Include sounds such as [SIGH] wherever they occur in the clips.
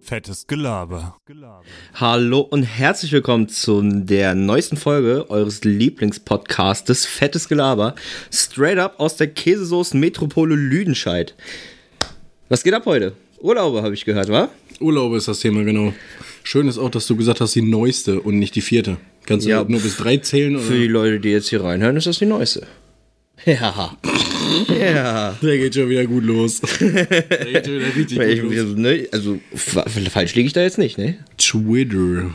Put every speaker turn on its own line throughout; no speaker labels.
Fettes Gelaber.
Hallo und herzlich willkommen zu der neuesten Folge eures Lieblingspodcastes Fettes Gelaber. Straight up aus der Käsesoßen-Metropole Lüdenscheid. Was geht ab heute? Urlaube habe ich gehört, wa?
Urlaube ist das Thema, genau. Schön ist auch, dass du gesagt hast, die neueste und nicht die vierte. Kannst du
Ja,
nur bis drei zählen oder?
Für die Leute, die jetzt hier reinhören, ist das die neueste. [LAUGHS] Ja. Ja.
Der geht schon wieder
[LAUGHS]
gut los. Der geht schon wieder richtig
Ich,
gut los.
ne, also fa- falsch liege ich da jetzt nicht, ne?
Twitter.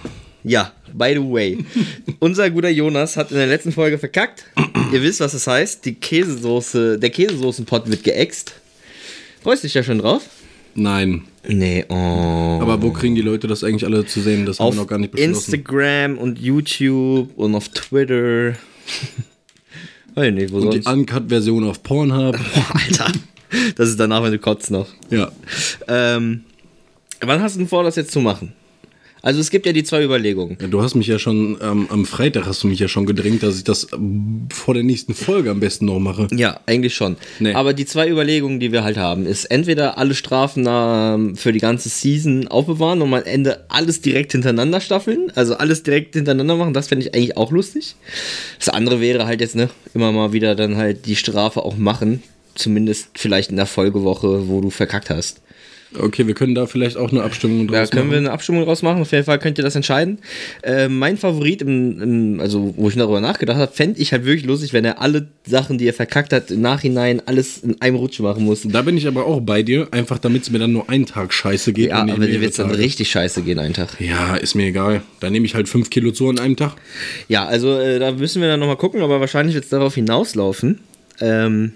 Ja, by the way.
[LAUGHS]
Unser guter Jonas hat in der letzten Folge verkackt. Ihr wisst, was das heißt. Die Käsesoße, der Käsesoßenpott wird geäxt. Freust dich ja schon drauf?
Nein.
Nee, oh.
Aber wo kriegen die Leute das eigentlich alle zu sehen? Das haben
Auf
wir noch gar nicht beschlossen.
Instagram und YouTube und auf
[LAUGHS]
Twitter. Weiß nicht, wo
die
sonst.
Uncut-Version
[LAUGHS]
auf Pornhub.
Boah, Alter. Das ist danach, wenn du kotzt noch.
ja.
Ähm, wann hast du denn vor, das jetzt zu machen? Also es gibt ja die zwei Überlegungen.
Ja, Du hast mich ja schon, ähm, am Freitag hast du mich ja schon gedrängt, dass ich das ähm, vor der nächsten Folge am besten noch mache.
Ja, eigentlich schon.
Nee.
Aber die zwei Überlegungen, die wir halt haben, ist entweder alle Strafen ähm, für die ganze Season aufbewahren und am Ende alles direkt hintereinander staffeln, also alles direkt hintereinander machen, das fände ich eigentlich auch lustig. Das andere wäre halt jetzt, ne, immer mal wieder dann halt die Strafe auch machen, zumindest vielleicht in der Folgewoche, wo du verkackt hast.
Okay, wir können da vielleicht auch eine Abstimmung
Da
draus
können wir
machen.
eine Abstimmung draus machen. Auf jeden Fall könnt ihr das entscheiden. Äh, mein Favorit, im, im, also wo ich darüber nachgedacht habe, fände ich halt wirklich lustig, wenn er alle Sachen, die er verkackt hat, im Nachhinein alles in einem Rutsch machen muss.
Da bin ich aber auch bei dir, einfach damit es mir dann nur einen Tag scheiße geht.
Ja,
und nicht
aber dir
mehrere
wird es dann
Tage.
richtig scheiße gehen, einen Tag.
Ja, ist mir egal. Dann nehme ich halt 5 Kilo zu an einem Tag.
Ja, also äh, da müssen wir dann nochmal gucken, aber wahrscheinlich wird es darauf hinauslaufen. Ähm,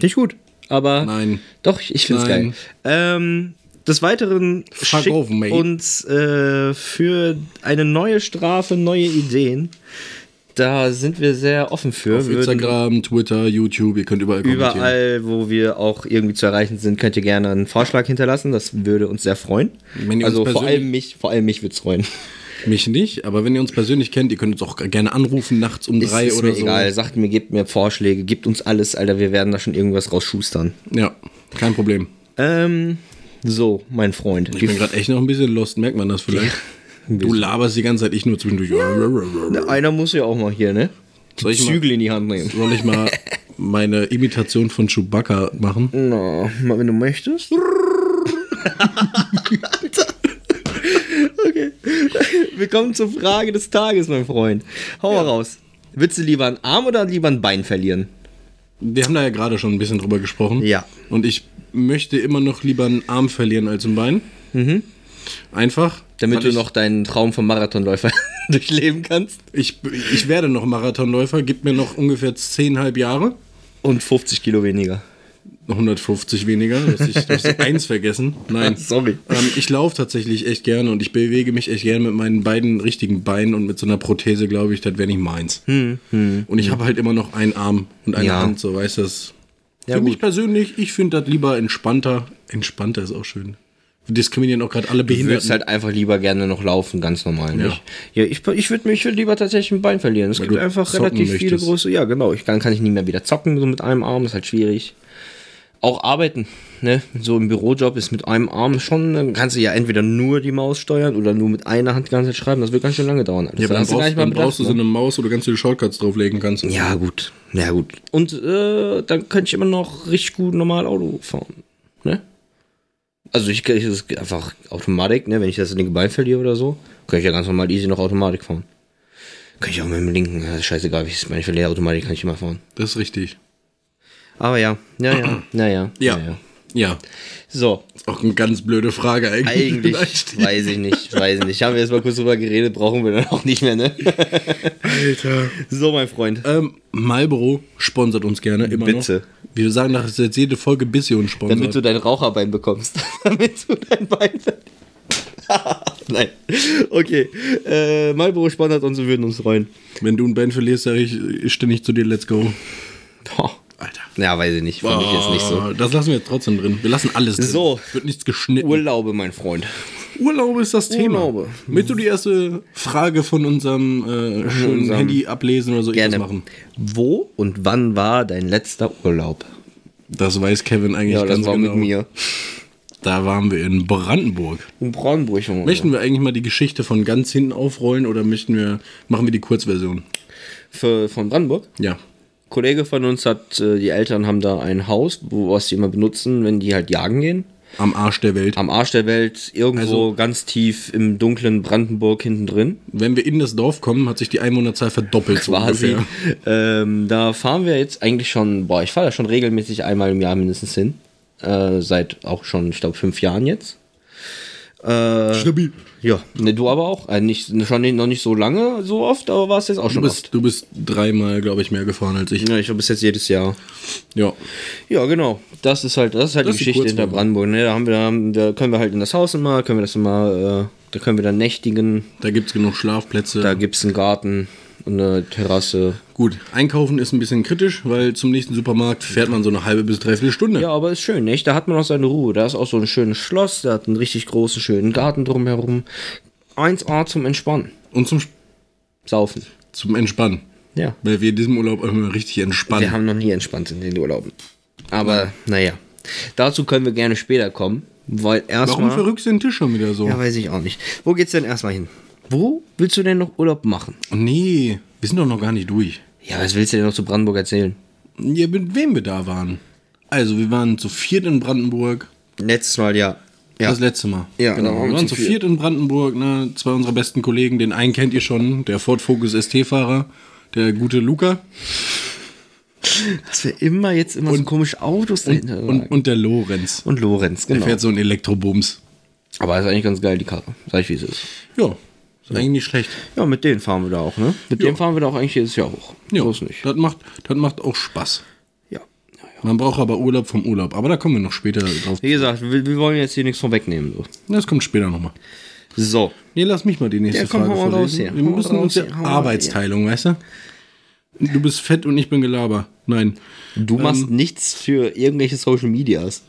nicht gut, aber.
Nein.
Doch, ich, ich finde es geil.
Nein.
Ähm, des Weiteren
Fuck
schickt
off, mate.
uns äh, für eine neue Strafe neue Ideen. Da sind wir sehr offen für.
Auf
Würden
Instagram, Twitter, YouTube, ihr könnt überall kommentieren.
Überall, wo wir auch irgendwie zu erreichen sind, könnt ihr gerne einen Vorschlag hinterlassen. Das würde uns sehr freuen.
Wenn ihr uns
Also vor
persönlich-
allem mich, vor allem mich würde es freuen.
Mich nicht, aber wenn ihr uns persönlich kennt, ihr könnt uns auch gerne anrufen, nachts um
Ist,
drei
ist
oder
mir
so.
egal. Sagt mir, gebt mir Vorschläge, gebt uns alles, Alter. Wir werden da schon irgendwas rausschustern.
Ja, kein Problem.
Ähm, so, mein Freund.
Ich bin gerade echt noch ein bisschen lost, merkt man
[LAUGHS]
das vielleicht. Du laberst die ganze Zeit, ich nur zwischendurch.
Einer muss ja auch mal hier, ne?
Soll ich mal-
Zügel in die Hand nehmen.
Soll ich
[LAUGHS]
mal meine Imitation von Chewbacca machen?
Na, mal, wenn du möchtest. Alter. Okay. Willkommen zur Frage des Tages, mein Freund. Hau mal raus. Willst du lieber einen Arm oder lieber ein Bein verlieren?
Wir haben da ja gerade schon ein bisschen drüber gesprochen.
Ja.
Und ich möchte immer noch lieber einen Arm verlieren als ein Bein. Einfach.
Mhm. Damit
weil
du
ich,
noch deinen Traum vom Marathonläufer [LAUGHS] durchleben kannst.
Ich, ich werde noch Marathonläufer, gib mir noch ungefähr 10,5 Jahre.
Und 50 Kilo weniger.
150 weniger, du hast, dich, du hast eins vergessen. Nein.
[LAUGHS] Sorry.
Ähm, ich laufe tatsächlich echt gerne und ich bewege mich echt gerne mit meinen beiden richtigen Beinen und mit so einer Prothese, glaube ich, das wäre nicht meins. und ich habe halt immer noch einen Arm und eine
Hm, Ja.
Hand, so weißt du das.
Ja,
Für mich
gut.
persönlich, ich finde das lieber entspannter. Entspannter ist auch schön. Wir diskriminieren auch gerade alle
Du würdest
Behinderten.
halt einfach lieber gerne noch laufen, ganz normal. Nicht? Ja, ich, ich würde ich würd lieber tatsächlich ein Bein verlieren. Es gibt
du
einfach
zocken
relativ viele
möchtest.
große. Ja, genau. Ich, dann kann ich nie mehr wieder zocken, so mit einem Arm, ist halt schwierig. Auch arbeiten, ne? So im Bürojob ist mit einem Arm schon, dann kannst du ja entweder nur die Maus steuern oder nur mit einer Hand die ganze Zeit schreiben. Das wird ganz schön lange dauern. alles.
ja,
Da
aber dann
hast du gar nicht
brauchst,
mal
dann brauchst du
bedacht,
so
ne?
eine Maus, wo du ganz viele Shortcuts drauflegen kannst.
Ja, gut. Ja, gut. Und äh, dann könnte ich immer noch richtig gut normal Auto fahren. Ne? Also ich, ich das ist einfach Automatik, ne? Wenn ich das linke Bein verliere oder so, kann ich ja ganz normal easy noch Automatik fahren. Kann ich auch mit dem linken, ja, ist scheißegal, wie ich es meine, ich verliere Automatik, kann ich immer fahren.
Das ist richtig.
Aber ja, ja, ja,
[CLEARS THROAT]
naja.
Ja.
naja.
Ja.
So,
Ist auch eine ganz blöde Frage eigentlich.
eigentlich weiß ich nicht, weiß ich nicht. Haben wir jetzt mal kurz drüber geredet, brauchen wir dann auch nicht mehr, ne?
Alter.
So, mein Freund.
Ähm, Marlboro sponsert uns gerne immer
Bitte.
noch. Wir sagen nach jetzt jede Folge, bis ihr uns sponsert.
Damit du dein Raucherbein bekommst. [LAUGHS] Damit du dein Bein verlierst. [LAUGHS] Nein. Okay. Äh, Marlboro sponsert uns und würden uns freuen.
Wenn du ein Band verlierst, sage ich, ich stehe nicht zu dir, let's go.
Boah.
Alter.
Ja, weiß ich nicht. Fand ich jetzt nicht so.
Ah, Das lassen wir jetzt trotzdem drin. Wir lassen alles drin.
So.
Wird nichts geschnitten.
Urlaube, mein Freund.
Urlaube ist das Thema.
Urlaube.
Willst du die erste Frage von unserem äh, schönen
unserem-
Handy ablesen oder so
Gerne.
irgendwas machen?
Wo und wann war dein letzter Urlaub?
Das weiß Kevin eigentlich
Ja, das
ganz
war
genau.
mit mir.
Da waren wir in Brandenburg.
In Brandenburg, Junge.
Möchten wir eigentlich mal die Geschichte von ganz hinten aufrollen oder möchten wir, machen wir die Kurzversion?
Für, von Brandenburg?
Ja.
Kollege von uns hat, äh, die Eltern haben da ein Haus, wo, was die immer benutzen, wenn die halt jagen gehen.
Am Arsch der Welt.
Am Arsch der Welt, irgendwo
Also-
ganz tief im dunklen Brandenburg hinten drin.
Wenn wir in das Dorf kommen, hat sich die Einwohnerzahl verdoppelt. so
Quasi.
ungefähr.
Ähm, da fahren wir jetzt eigentlich schon, boah, ich fahre da schon regelmäßig einmal im Jahr mindestens hin. Äh, seit auch schon, ich glaube, fünf Jahren jetzt. Äh,
Stabil.
ja, ne, du aber auch. Äh, nicht, schon nicht- noch nicht so lange, so oft, aber warst jetzt auch
Du
schon oft.
bist, du bist dreimal, glaube ich, mehr gefahren als ich.
Ja, ich war bis jetzt jedes Jahr.
Ja.
Ja, genau. Das ist halt, das ist halt
Das
die
ist die
Geschichte hinter
Kurzform.
Brandenburg. Ne? Da, haben wir, da, haben- da können wir halt in das Haus immer, können wir das immer, äh, da können wir dann nächtigen.
Da gibt es genug Schlafplätze.
Da gibt es einen Garten und eine Terrasse.
Gut, einkaufen ist ein bisschen kritisch, weil zum nächsten Supermarkt fährt man so eine halbe bis dreiviertel Stunde.
Ja, aber ist schön, nicht? Da hat man auch seine Ruhe. Da ist auch so ein schönes Schloss, da hat einen richtig großen, schönen Garten drumherum. 1A zum Entspannen.
Und zum,
Saufen.
zum Entspannen.
Ja.
Weil wir in diesem Urlaub immer richtig
Wir
entspannen.
haben noch nie entspannt in den Urlauben. Aber naja, dazu können wir gerne später kommen, weil
Warum
erstmal.
verrückst du den Tisch schon wieder so?
Ja, weiß ich auch nicht. Wo geht's denn erstmal hin? Wo willst du denn noch Urlaub machen?
nee, wir sind doch noch gar nicht durch.
Ja, was willst du denn noch zu Brandenburg erzählen?
Ja, mit wem wir da waren. Also, wir waren zu viert in Brandenburg.
Letztes Mal ja. Ja.
Das letzte Mal.
Ja, da
genau.
waren
Wir
wir
waren
zu
zu viert in Brandenburg. Ne? Zwei unserer besten Kollegen. Den einen kennt ihr schon, der Ford Focus ST-Fahrer, der gute Luca
Dass wir immer jetzt immer so komische Autos dahinter
und, und der Lorenz.
und Lorenz,
Der
genau.
fährt so einen Elektrobums.
Aber ist eigentlich ganz geil, die Karre. Sag ich, wie es ist.
Ja, ist eigentlich nicht schlecht.
Ja, mit denen fahren wir da auch, ne? Mit denen fahren wir da auch eigentlich jedes Jahr hoch.
Ja,
So ist nicht.
Das, macht, das macht auch Spaß.
Ja.
Man braucht aber Urlaub vom Urlaub. Aber da kommen wir noch später drauf.
Wie gesagt, wir, wir wollen jetzt hier nichts von wegnehmen. So.
Das kommt später nochmal.
so.
Nee, lass mich mal die nächste
Ja, komm,
Frage
hau mal
vorlesen.
raus hier.
Wir
Hau
müssen
raus
uns ja
hier, hau mal-
Arbeitsteilung, weißt du? Du bist fett und ich bin Gelaber. Nein.
Du machst nichts für irgendwelche Social Medias.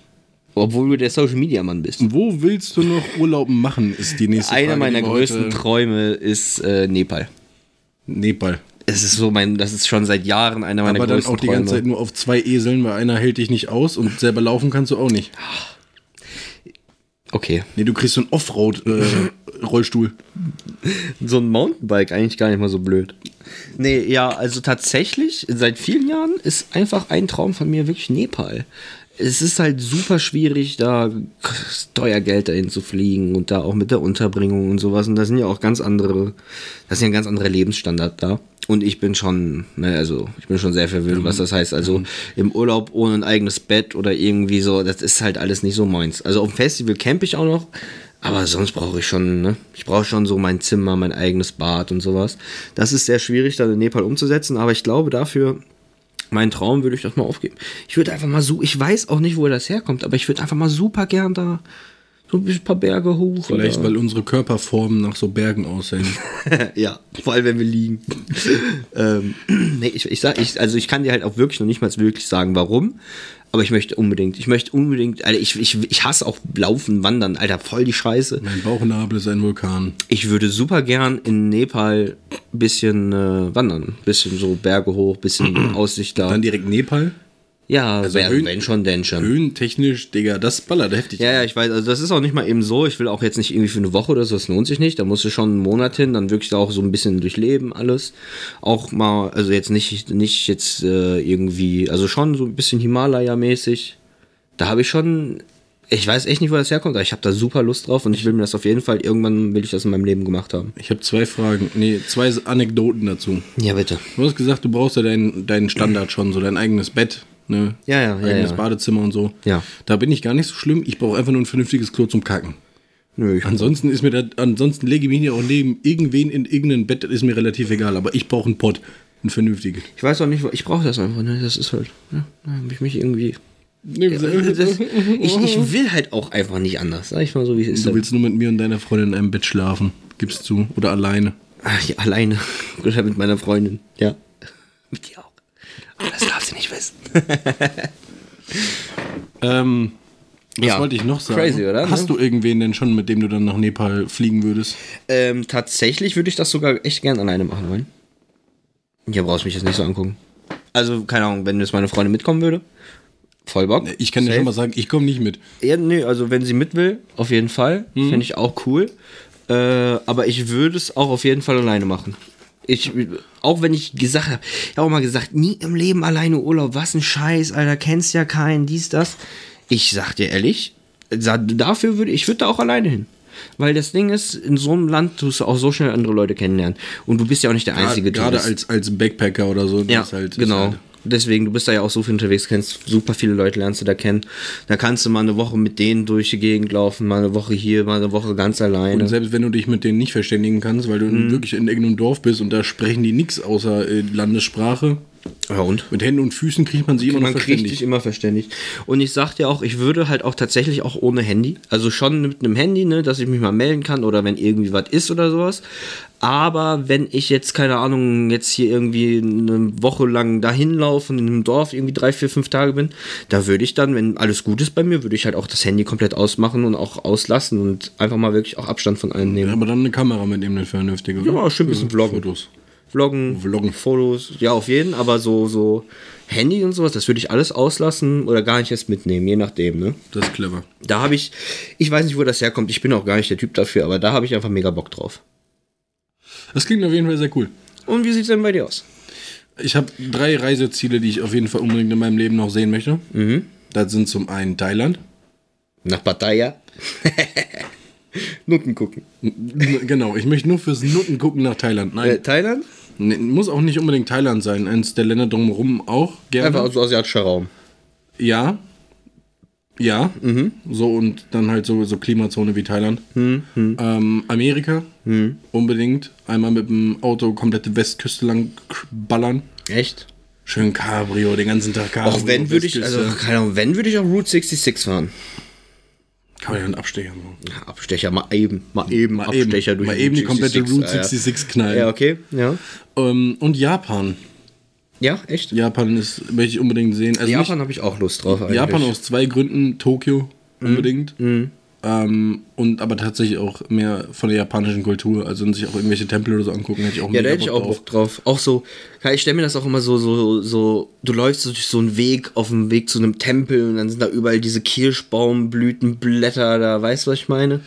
Obwohl du der Social Media Mann bist.
Wo willst du noch Urlaub machen, ist die nächste Frage.
Einer meiner
die wir
größten
heute-
Träume ist äh, Nepal.
Nepal.
Es ist so mein, das ist schon seit Jahren einer meiner
Aber dann
größten
auch die ganze
Träume.
Zeit nur auf zwei Eseln, weil einer hält dich nicht aus und selber laufen kannst du auch nicht.
Okay.
Nee, du kriegst so einen
[LAUGHS]
äh, Offroad-Rollstuhl.
So ein Mountainbike eigentlich gar nicht mal so blöd. Nee, ja, also tatsächlich, seit vielen Jahren ist einfach ein Traum von mir wirklich Nepal. Es ist halt super schwierig, da teuer Geld dahin zu fliegen und da auch mit der Unterbringung und sowas. Und da sind ja auch ganz andere, das sind ja ganz andere Lebensstandard da. Und ich bin schon, ne, also ich bin schon sehr verwöhnt, was das heißt. Also im Urlaub ohne ein eigenes Bett oder irgendwie so, das ist halt alles nicht so meins. Also auf dem Festival campe ich auch noch, aber sonst brauche ich schon, ne? Ich brauche schon so mein Zimmer, mein eigenes Bad und sowas. Das ist sehr schwierig, dann in Nepal umzusetzen, aber ich glaube dafür, mein Traum würde ich das mal aufgeben. Ich würde einfach mal so, ich weiß auch nicht, wo das herkommt, aber ich würde einfach mal super gern da so ein paar Berge hoch. [LAUGHS]
Vielleicht,
oder,
weil unsere Körperformen nach so Bergen aussehen.
ja, vor allem wenn wir liegen. ähm, nee, ich, ich sag, ich, also ich kann dir halt auch wirklich noch nicht mal wirklich sagen, warum. Aber ich möchte unbedingt, ich möchte unbedingt, Alter, ich, ich, ich hasse auch Laufen, Wandern, Alter, voll die Scheiße.
mein Bauchnabel ist ein Vulkan.
Ich würde super gern in Nepal ein bisschen äh, wandern. Bisschen so Berge hoch, bisschen Aussicht da.
Dann direkt Nepal.
Ja, wer-
Höhen-
wenn schon, denn schon.
Höhentechnisch, Digga, das ballert heftig.
Ja, ja, ich weiß, also das ist auch nicht mal eben so. Ich will auch jetzt nicht irgendwie für eine Woche oder so, das lohnt sich nicht. Da musst du schon einen Monat hin, dann wirklich da auch so ein bisschen durchleben, alles. Auch mal, also jetzt nicht, nicht jetzt äh, irgendwie, also schon so ein bisschen Himalaya-mäßig. Da habe ich schon, ich weiß echt nicht, wo das herkommt, aber ich habe da super Lust drauf und ich will mir das auf jeden Fall, irgendwann will ich das in meinem Leben gemacht haben.
Ich habe zwei Fragen, nee, zwei Anekdoten dazu.
Ja, bitte.
Du hast gesagt, du brauchst ja deinen, deinen Standard schon, so dein eigenes Bett, ne?
Ja, ja, ja,
Eigenes
ja.
Badezimmer und so.
Ja.
Da bin ich gar nicht so schlimm. Ich brauche einfach nur ein vernünftiges Klo zum Kacken.
Nö, ich
Ansonsten ist mir das, ansonsten lege ich mich hier auch neben irgendwen in irgendeinem Bett, das ist mir relativ egal. Aber ich brauche einen Pott, ein vernünftiges.
Ich weiß auch nicht, wo- ich brauche das einfach, ne? Das ist halt. Ne? Da habe ich mich irgendwie.
[LAUGHS]
Das, ich, ich will halt auch einfach nicht anders, sag ich mal so, wie es ist.
Du willst nur mit mir und deiner Freundin in einem Bett schlafen, gibst du, oder alleine.
Ach, ja, alleine. [LAUGHS] Oder mit meiner Freundin. Ja. Mit dir auch. Aber das darf sie nicht wissen.
Ähm, was
Ja.
wollte ich noch sagen?
Crazy, oder?
Hast
Ne?
du irgendwen denn schon, mit dem du dann nach Nepal fliegen würdest?
Ähm, tatsächlich würde ich das sogar echt gern alleine machen wollen. Ja, brauchst mich jetzt nicht so angucken. Also, keine Ahnung, wenn jetzt meine Freundin mitkommen würde, Voll Bock.
Ich kann dir
Safe.
schon mal sagen, ich komme nicht mit.
Ja, nee, also wenn sie mit will, auf jeden Fall.
Hm.
Finde ich auch cool. Äh, aber ich würde es auch auf jeden Fall alleine machen. Ich, auch wenn ich gesagt habe, ich habe auch mal gesagt, nie im Leben alleine Urlaub, was ein Scheiß, Alter, kennst ja keinen, dies, das. Ich sag dir ehrlich, da- dafür würde ich würde da auch alleine hin. Weil das Ding ist, in so einem Land tust du auch so schnell andere Leute kennenlernen. Und du bist ja auch nicht der einzige
Gerade
Tourist.
als, als Backpacker oder so. das
Ja,
ist halt, ist
genau.
Halt,
Deswegen, du bist da ja auch so viel unterwegs, kennst super viele Leute, lernst du da kennen. Da kannst du mal eine Woche mit denen durch die Gegend laufen, mal eine Woche hier, mal eine Woche ganz
und
alleine.
selbst wenn du dich mit denen nicht verständigen kannst, weil du
Mhm.
wirklich in irgendeinem Dorf bist und da sprechen die nichts außer äh, Landessprache,
ja, und?
mit Händen und Füßen kriegt man sie immer
Man
noch
kriegt dich
verständigt.
immer verständigt. Und ich sag dir auch, ich würde halt auch tatsächlich auch ohne Handy, also schon mit einem Handy, ne, dass ich mich mal melden kann oder wenn irgendwie was ist oder sowas. Aber wenn ich jetzt, keine Ahnung, jetzt hier irgendwie eine Woche lang dahin laufe und in einem Dorf irgendwie drei, vier, fünf Tage bin, da würde ich dann, wenn alles gut ist bei mir, würde ich halt auch das Handy komplett ausmachen und auch auslassen und einfach mal wirklich auch Abstand von allem nehmen.
Aber dann eine Kamera mit dem eine vernünftige. oder?
Ja, schön ein bisschen
Für
vloggen.
Ne? Mhm. Fotos.
Vloggen,
Vloggen.
Fotos, ja, auf jeden, aber so, so Handy und sowas, das würde ich alles auslassen oder gar nicht erst mitnehmen, je nachdem, ne?
Das ist clever.
Da habe ich, ich weiß nicht, wo das herkommt, ich bin auch gar nicht der Typ dafür, aber da habe ich einfach mega Bock drauf.
Das klingt auf jeden Fall sehr cool.
Und wie sieht's denn bei dir aus?
Ich habe drei Reiseziele, die ich auf jeden Fall unbedingt in meinem Leben noch sehen möchte.
Mhm.
Das sind zum einen Thailand.
Nach Pattaya? [LAUGHS] Nutten gucken.
N- genau, ich möchte nur fürs Nutten gucken nach Thailand.
Äh,
Nein,
Thailand?
nee, muss auch nicht unbedingt Thailand sein. Eins der Länder drumherum auch gerne.
Einfach so asiatischer Raum.
Ja. Ja. mhm. So und dann halt so, so Klimazone wie Thailand.
Hm,
Ähm, Amerika. Unbedingt. Einmal mit dem Auto komplette Westküste lang k- ballern.
Echt?
Schön Cabrio, den ganzen Tag Cabrio.
Auch wenn würde ich, also
Westküste.
keine Ahnung, wenn würde ich auch Route 66 fahren.
Kann man ja einen Abstecher machen.
Ja, Abstecher, mal eben, mal eben,
Mal eben,
Abstecher durch
mal eben die komplette Route
ah, ja.
66 knallen.
Ja, okay, ja.
Ähm, und Japan.
Ja, echt?
Japan ist, möchte ich unbedingt sehen. Also
Japan habe ich auch Lust drauf
nicht,
eigentlich. Hm,
Japan aus zwei Gründen. Tokio unbedingt. Ähm, und aber tatsächlich auch mehr von der japanischen Kultur. Also und sich auch irgendwelche Tempel oder so angucken, hätte ich auch
Ja, da
mega
hätte ich
Bock
auch
drauf.
Bock drauf. Auch so, ja, ich stelle mir das auch immer so, so, so, du läufst so durch so einen Weg, auf dem Weg zu einem Tempel und dann sind da überall diese Kirschbaumblütenblätter, da weißt du, was ich meine?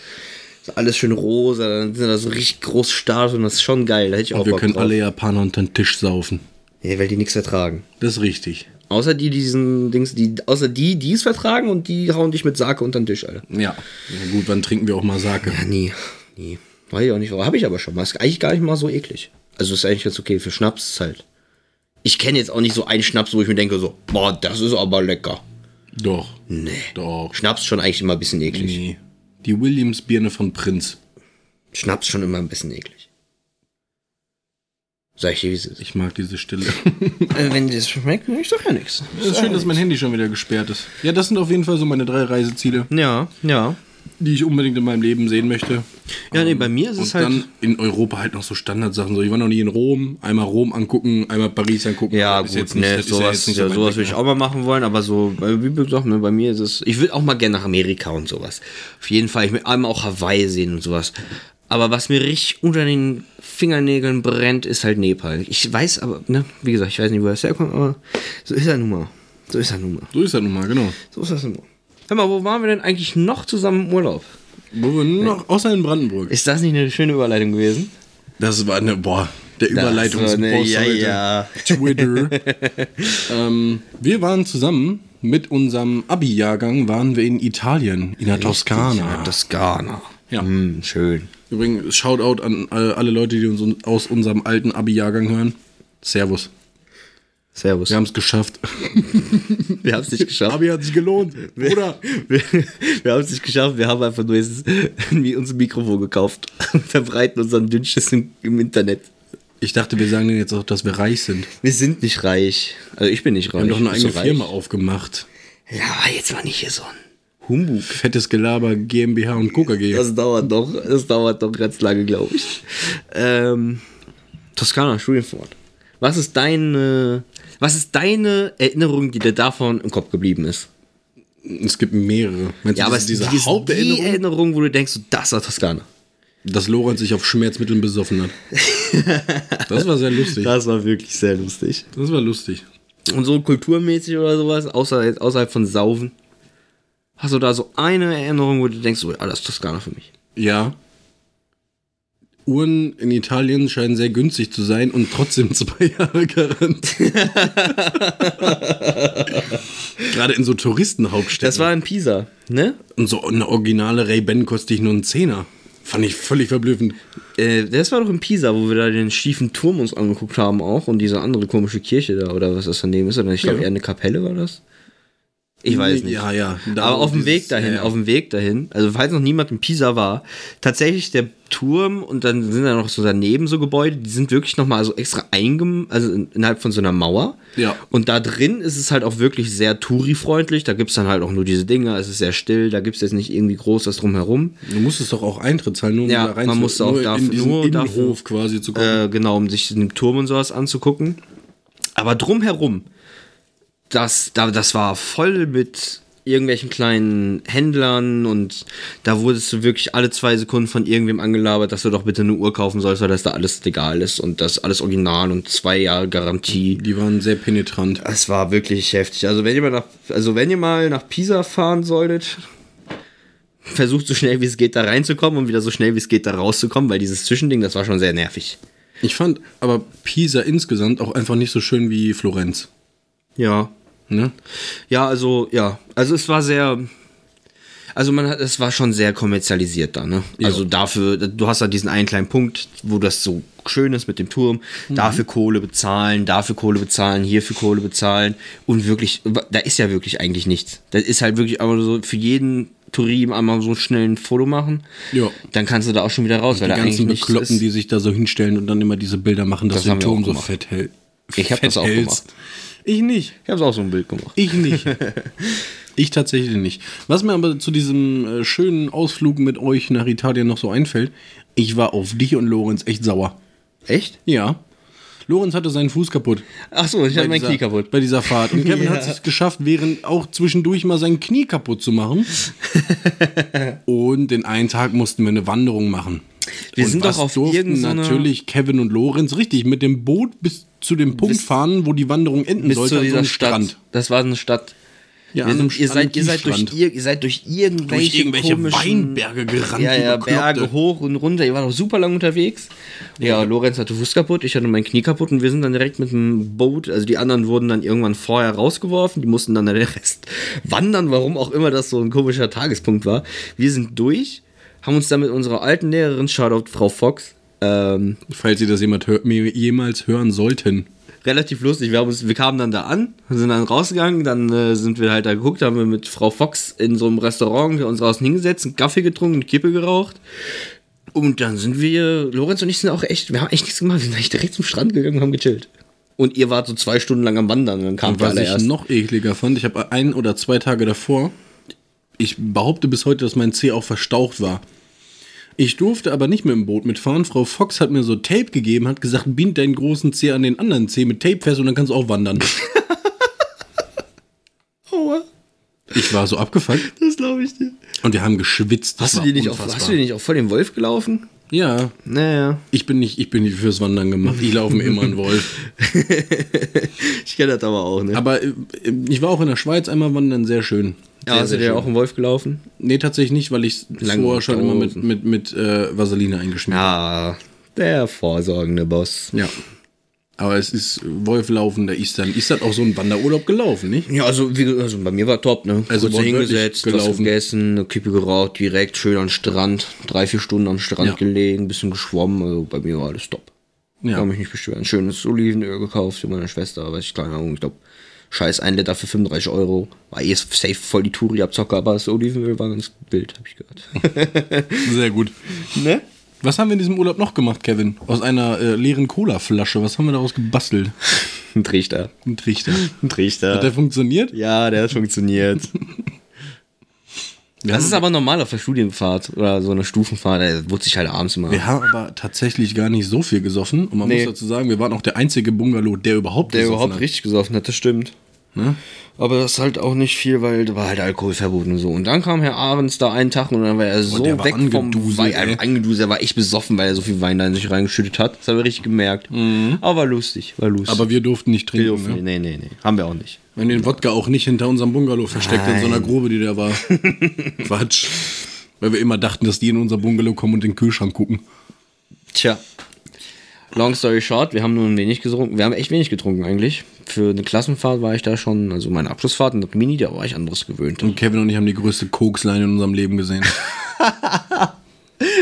So alles schön rosa, dann sind da so richtig große Statuen, das ist schon geil, da hätte ich auch
Wir
Bock
können
drauf.
alle Japaner unter den Tisch saufen.
ja, weil die nichts vertragen.
Das ist richtig.
Außer die, die diesen Dings, die, außer die, die es vertragen und die hauen dich mit Sake unter den Tisch, Alter.
Ja. ja gut, wann trinken wir auch mal Sake?
Ja, nie, nie. Ah, Weiß ich auch nicht, warum. Habe ich aber schon mal. Ist eigentlich gar nicht mal so eklig. Also ist eigentlich ganz okay. Für Schnaps ist halt. Ich kenne jetzt auch nicht so einen Schnaps, wo ich mir denke, so, boah, das ist aber lecker.
Doch. Nee. Doch.
Schnaps schon eigentlich immer ein bisschen eklig.
Nee. Die Williams-Birne von Prinz.
Schnaps schon immer ein bisschen eklig. Sag ich dir, wie es ist.
Ich mag diese Stille.
Äh, wenn dir das schmeckt, ich sag ja nichts.
[LAUGHS] Es ist schön, dass mein Handy schon wieder gesperrt ist. Ja, das sind auf jeden Fall so meine drei Reiseziele,
Ja, ja.
die ich unbedingt in meinem Leben sehen möchte.
Ja, nee, bei mir ist es
Und
halt.
dann in Europa halt noch so Standardsachen. So, ich war noch nie in Rom. Einmal Rom angucken, einmal Paris angucken.
Ja,
Äh, Ist
gut,
jetzt nicht-
ne,
ist ja
sowas,
jetzt nicht so
ja,
mein
sowas
Ding. ne?
würde ich auch mal machen wollen, aber so, äh, wie gesagt, ne, bei mir ist es, ich will auch mal gerne nach Amerika und sowas. Auf jeden Fall, ich will einmal auch Hawaii sehen und sowas. Aber was mir richtig unter den Fingernägeln brennt, ist halt Nepal. Ich weiß aber, ne, wie gesagt, ich weiß nicht, wo das herkommt, aber so ist er nun mal. So ist er nun mal.
So ist das nun mal, genau.
So ist das nun mal. Hör mal, wo waren wir denn eigentlich noch zusammen im Urlaub?
Wo wir nur noch, außer in Brandenburg.
Ist das nicht eine schöne Überleitung gewesen?
Das war eine, boah, der
war
Überleitungsboss
eine- ja,
heute.
ja.
Twitter.
[LAUGHS]
ähm, wir waren zusammen mit unserem Abi-Jahrgang, waren wir in Italien, in der Toskana.
Das Ghana.
Ja.
Hm, schön.
Übrigens, Shoutout an all- alle Leute, die uns aus unserem alten Abi-Jahrgang hören. Servus.
Servus.
Wir haben es geschafft.
wir haben es
[LAUGHS]
nicht geschafft.
Abi hat sich gelohnt. Oder?
[LAUGHS] Wir, wir haben es nicht geschafft, wir haben einfach nur jetzt irgendwie [LAUGHS] uns ein Mikrofon gekauft [LAUGHS] und verbreiten unseren Dünnschiss im, im Internet.
Ich dachte, wir sagen denen jetzt auch, dass wir reich sind.
Wir sind nicht reich. Also ich bin nicht reich.
Wir haben doch eine
Bist du
eigene
reich?
Firma aufgemacht.
Ja, aber jetzt mal nicht hier so ein Humbug.
Fettes Gelaber, GmbH und KKG.
Das dauert doch, das dauert doch ganz lange, glaube ich. Ähm, Toskana, Studienfort. Was ist deine, was ist deine Erinnerung, die dir davon im Kopf geblieben ist?
Es gibt mehrere. Meinst du, das ist diese
die ist die
Haupterinnerung,
Erinnerung, wo du denkst, so, das war Toskana.
dass Lorenz sich auf
[LAUGHS]
Schmerzmitteln besoffen hat. Das war sehr lustig.
Das war wirklich sehr lustig.
Das war lustig.
Und so kulturmäßig oder sowas, außer jetzt außerhalb von Saufen. Hast du da so eine Erinnerung, wo du denkst, oh, ah, das ist Toskana für mich?
Ja. Uhren in Italien scheinen sehr günstig zu sein und trotzdem [LAUGHS] zwei Jahre Garant.
[LAUGHS]
Gerade in so Touristenhauptstädten.
Das war in Pisa, ne?
und so eine originale Ray-Ban kostet dich nur einen Zehner. Fand ich völlig verblüffend.
Äh, das war doch in Pisa, wo wir da den schiefen Turm uns angeguckt haben auch und diese andere komische Kirche da oder was das daneben ist. Oder ich glaube
Ja.
eher eine Kapelle war das. Ich weiß nicht.
Ja, ja. Da
Aber auf dem
dieses-
Weg dahin,
ja, ja.
auf dem Weg dahin, also falls noch niemand in Pisa war, tatsächlich der Turm und dann sind da noch so daneben so Gebäude, die sind wirklich nochmal so extra eingem, also in, innerhalb von so einer Mauer.
Ja.
Und da drin ist es halt auch wirklich sehr Touri-freundlich, da gibt es dann halt auch nur diese Dinger, es ist sehr still, da gibt es jetzt nicht irgendwie groß was drumherum.
Du musstest doch auch Eintritt zahlen, nur um
Ja,
da rein
man
zu,
musste auch
nur
dafür-
in diesen
nur dafür-
Innenhof quasi zu kommen.
äh, genau, um sich den Turm und sowas anzugucken. Aber drumherum, das, da, das war voll mit irgendwelchen kleinen Händlern und da wurdest du wirklich alle zwei Sekunden von irgendwem angelabert, dass du doch bitte eine Uhr kaufen sollst, weil das da alles legal ist und das alles original und zwei Jahre Garantie.
Die waren sehr penetrant.
Es war wirklich heftig. Also wenn ihr mal nach, also wenn ihr mal nach Pisa fahren solltet, versucht so schnell wie es geht da reinzukommen und wieder so schnell wie es geht da rauszukommen, weil dieses Zwischending, das war schon sehr nervig.
Ich fand aber Pisa insgesamt auch einfach nicht so schön wie Florenz.
Ja,
Ne?
Ja, also, ja. Also es war sehr. Also man hat, es war schon sehr kommerzialisiert da, ne? Also dafür, du hast da diesen einen kleinen Punkt, wo das so schön ist mit dem Turm,
Mhm.
dafür Kohle bezahlen, dafür Kohle bezahlen, hierfür Kohle bezahlen und wirklich, da ist ja wirklich eigentlich nichts. Das ist halt wirklich aber so für jeden Turim einmal so schnell ein Foto machen.
Ja.
Dann kannst du da auch schon wieder raus, weil
Die
da eigentlich
ganzen
nichts
Bekloppen,
ist.
die sich da so hinstellen und dann immer diese Bilder machen, dass
Das
das
haben
der
wir auch
Turm so
gemacht.
fett hält.
Ich hab das auch
hältst.
gemacht.
Ich nicht.
Ich habe auch so ein Bild gemacht.
Ich
[LAUGHS]
nicht. ich tatsächlich nicht. Was mir aber zu diesem äh, schönen Ausflug mit euch nach Italien noch so einfällt, ich war auf dich und Lorenz echt sauer.
Echt?
Ja. Lorenz hatte seinen Fuß kaputt.
Achso, ich habe mein
dieser,
Knie kaputt.
Bei dieser Fahrt. Und [LAUGHS] Kevin hat es geschafft, während auch zwischendurch mal sein Knie kaputt zu [LAUGHS] machen. und den einen Tag mussten wir eine Wanderung machen.
Wir
und
sind
was
doch auf
durften
irgendeiner-
natürlich Kevin und Lorenz richtig mit dem Boot bis zu dem Punkt fahren, wo die Wanderung enden
Bis
sollte.
zu
an so
dieser
einem
Stadt. Das war eine Stadt. Wir
Ja, an einem,
sind, ihr,
an einem
seid, ihr, seid durch,
Kiesstrand.
ihr, ihr seid durch irgendwelche,
durch irgendwelche
komischen,
Weinberge gerannt.
ja,
wie
ja,
Bekloppte.
Berge hoch und runter. Ihr wart auch super lang unterwegs. Ja, Lorenz hatte Fuß kaputt, ich hatte mein Knie kaputt und wir sind dann direkt mit dem Boot, also die anderen wurden dann irgendwann vorher rausgeworfen, die mussten dann den Rest [LAUGHS] wandern, warum auch immer das so ein komischer Tagespunkt war. Wir sind durch, haben uns dann mit unserer alten Lehrerin, Shoutout Frau Fox, ähm,
Falls Sie das jemand hör mir jemals hören sollten.
relativ lustig. Wir, haben uns, wir kamen dann da an, sind dann rausgegangen, dann äh, sind wir halt da geguckt, haben wir mit Frau Fox in so einem Restaurant uns draußen hingesetzt, einen Kaffee getrunken, eine Kippe geraucht. Und dann sind wir, Lorenz und ich sind auch echt, wir haben echt nichts gemacht, wir sind eigentlich direkt zum Strand gegangen und haben gechillt. Und ihr wart so zwei Stunden lang am Wandern, dann kam der
Was ich
allererst.
noch ekliger fand, ich habe ein oder zwei Tage davor, ich behaupte bis heute, dass mein Zeh auch verstaucht war. Ich durfte aber nicht mit dem Boot mitfahren. Frau Fox hat mir so Tape gegeben, hat gesagt, bind deinen großen Zeh an den anderen Zeh mit Tape fest und dann kannst du
[LAUGHS]
auch wandern.
Aua,
Ich war so abgefuckt
das glaube ich dir.
und wir haben geschwitzt. Das
Hast du,
war
dir nicht auch,
unfassbar.
hast du dir nicht auch voll den Wolf gelaufen?
Ja,
Naja.
ich bin nicht, ich bin nicht fürs Wandern gemacht. Ich laufe mir immer einen Wolf.
[LAUGHS] Ich kenne das aber auch, ne?
Aber äh, ich war auch in der Schweiz einmal wandern, sehr schön.
ja,
Sehr,
hast du
sehr
dir
schön.
auch einen Wolf gelaufen?
Nee, tatsächlich nicht, weil ich
Lange
vorher schon immer mit,
Unterhosen.
mit, mit äh, Vaseline eingeschmiert
Ja, der vorsorgende Boss.
Ja. Aber es ist Wolflaufen, da ist dann, ist das auch so ein Wanderurlaub gelaufen, nicht?
Ja, also, wie, ge- also bei mir war top, ne?
Also
Kurz
wortwörtlich
hingesetzt, was
gelaufen.
gegessen, eine Kippe geraucht, direkt schön am Strand, drei, vier Stunden am Strand
Ja.
gelegen, bisschen geschwommen, also bei mir war alles top.
Ja.
Kann mich nicht beschweren. Schönes Olivenöl gekauft für meine Schwester, weiß ich, keine Ahnung, ich glaube, scheiß ein Liter für 35 Euro. War eh safe voll die Touri-Abzocke, aber das Olivenöl war ganz wild, habe ich gehört.
[LAUGHS] Sehr gut.
ne?
Was haben wir in diesem Urlaub noch gemacht, Kevin? Aus einer äh, leeren Cola-Flasche. Was haben wir daraus gebastelt?
Ein Trichter.
Ein Trichter.
Ein
Hat der
Trichter.
funktioniert?
Ja, der hat
[LAUGHS]
funktioniert. Das ist aber normal auf der Studienfahrt oder so einer Stufenfahrt, da wurde sich halt abends immer.
Wir haben aber tatsächlich gar nicht so viel gesoffen. Und man
Nee.
muss dazu sagen, wir waren auch der einzige Bungalow, der überhaupt
Der
gesoffen
überhaupt
hat.
richtig gesoffen hat, das stimmt. Ne? Aber das ist halt auch nicht viel, weil da war halt Alkoholverbot und so. Und dann kam Herr Ahrens da einen Tag und dann Oh, war er so
der war
weg vom
angeduselt,
Wein.
ey.
Angeduselt, er war echt besoffen, weil er so viel Wein da in sich reingeschüttet hat. Das haben wir richtig gemerkt. Mhm. Aber war lustig, war lustig.
Aber wir durften nicht
wir
trinken.
dürfen, nee,
ne?
nee, nee, haben wir auch nicht.
Wir haben den Wodka auch nicht hinter unserem Bungalow versteckt, in so einer
Nein.
Grube, die da [LAUGHS] war. Quatsch. Weil wir immer dachten, dass die in unser Bungalow kommen und in den Kühlschrank gucken.
Tja. Long story short, wir haben nur ein wenig getrunken. Wir haben echt wenig getrunken eigentlich. Für eine Klassenfahrt war ich da schon, also meine Abschlussfahrt in der Mini, da war ich anderes gewöhnt.
Und Kevin und ich haben die größte Koksleine in unserem Leben gesehen.
[LAUGHS]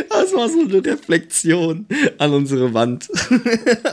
Das war so eine Reflexion an unsere Wand.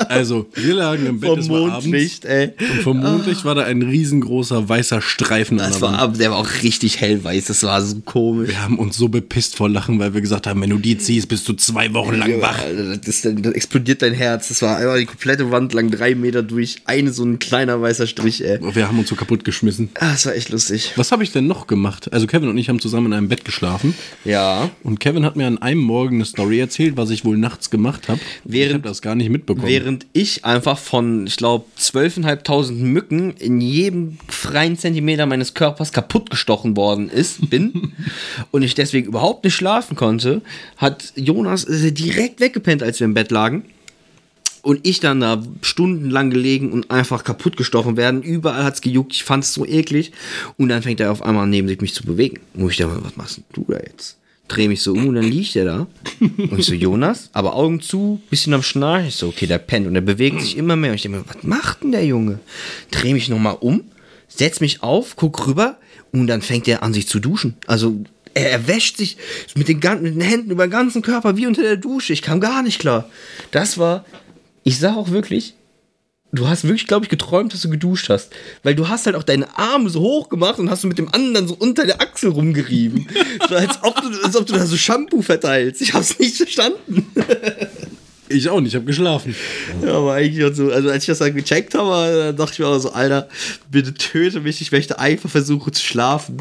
Also, wir lagen im Bett,
Vom
es war abends.
Mondlicht, ey.
Und vermutlich war da ein riesengroßer weißer Streifen an
Das
der
war,
Wand.
ab- der war auch richtig hellweiß, das war so komisch.
Wir haben uns so bepisst vor Lachen, weil wir gesagt haben, wenn du die ziehst, bist du zwei Wochen lang wach.
Alter, Das, dann dann explodiert dein Herz. Das war einmal die komplette Wand lang, drei Meter durch. Eine so ein kleiner weißer Strich, ey.
Wir haben uns so kaputt geschmissen.
Ah, das war echt lustig.
Was habe ich denn noch gemacht? Also Kevin und ich haben zusammen in einem Bett geschlafen
Ja.
und Kevin hat mir an einem Morgen eine Story erzählt, was ich wohl nachts gemacht habe. Ich
Während-
habe das gar nicht mitbekommen.
Während ich einfach von, ich glaube, 12.500 Mücken in jedem freien Zentimeter meines Körpers kaputtgestochen worden ist, bin und ich deswegen überhaupt nicht schlafen konnte, hat Jonas äh, direkt weggepennt, als wir im Bett lagen. Und ich dann da stundenlang gelegen und einfach kaputtgestochen werden. Überall hat's gejuckt. Ich fand's so eklig. Und dann fängt er auf einmal an, neben sich mich zu bewegen. Und ich dachte, was machst denn du da jetzt? Dreh mich so um und dann liegt er da. Und ich so, Jonas, aber Augen zu, bisschen am Schnarchen. Ich so, okay, der pennt. Und er bewegt sich immer mehr. Und ich denke mir, was macht denn der Junge? Dreh mich nochmal um, setz mich auf, guck rüber. Und dann fängt er an, sich zu duschen. Also, er, er wäscht sich mit den, gan- mit den Händen über den ganzen Körper, wie unter der Dusche. Ich kam gar nicht klar. Das war ich sag auch wirklich, du hast wirklich, glaube ich, geträumt, dass du geduscht hast. Weil du hast halt auch deine Arme so hoch gemacht und hast du mit dem anderen so unter der Achsel rumgerieben. [LAUGHS] so als ob, du, als ob du da so Shampoo verteilst. Ich hab's nicht verstanden.
ich auch nicht, ich habe geschlafen.
Ja, aber eigentlich auch so, also als ich das dann gecheckt habe, äh, dachte ich mir auch so, Alter, bitte töte mich, ich möchte einfach versuchen zu schlafen.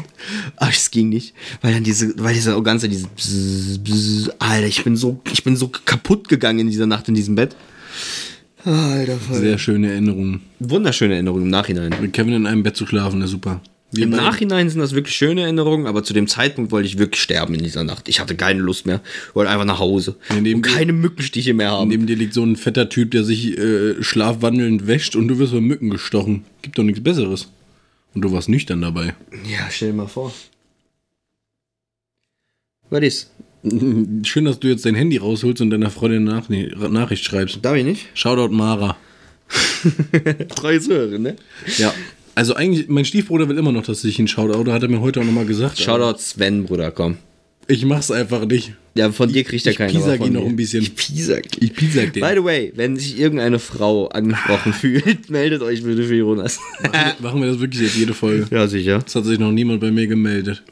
Aber es ging nicht, weil dann diese, weil diese ganze, diese, Bzzz, Bzzz, Alter, ich bin so, ich bin so kaputt gegangen in dieser Nacht in diesem Bett. Alter, voll.
Sehr schöne Erinnerungen.
Wunderschöne Erinnerung im Nachhinein.
Mit Kevin in einem Bett zu schlafen, ist super. Wir
Im
beide-
Nachhinein sind das wirklich schöne Erinnerungen, aber zu dem Zeitpunkt wollte ich wirklich sterben in dieser Nacht. Ich hatte keine Lust mehr, wollte einfach nach Hause
dem-
und keine Mückenstiche mehr haben.
Neben dir liegt so ein fetter Typ, der sich äh, schlafwandelnd wäscht und du wirst von Mücken gestochen. Gibt doch nichts Besseres. Und du warst nüchtern dabei. [LAUGHS]
Ja, stell dir mal vor. Was ist?
Schön, dass du jetzt dein Handy rausholst und deiner Freundin eine Nach Nachricht schreibst.
Darf ich nicht?
Shoutout Mara.
Treue Zuhörerin, ne?
Ja. Also eigentlich, mein Stiefbruder will immer noch, dass ich ihn Shoutout, hat er mir heute auch nochmal gesagt.
Shoutout Sven, Bruder, komm.
Ich mach's einfach nicht.
Ja, von dir kriegt er
ich
keinen.
piesag
aber von
ihn noch
mir.
ein bisschen.
Ich piesag ihn.
Ich piesag den. Ah.
By the way, wenn sich irgendeine Frau angesprochen fühlt, [LAUGHS] meldet euch bitte für Jonas.
Machen wir das wirklich jetzt
[LAUGHS]
jede Folge.
ja, sicher.
Es hat sich noch niemand bei mir gemeldet.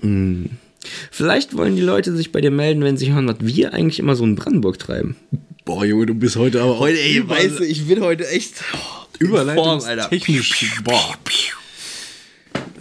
Vielleicht wollen die Leute sich bei dir melden, wenn sie hören, was wir eigentlich immer so in Brandenburg treiben.
Boah, Oh, Junge, du bist heute aber auch
Heute, ey,
überall-
weißt du, ich bin heute echt in Form, Alter.
Überleitungstechnisch. Boah.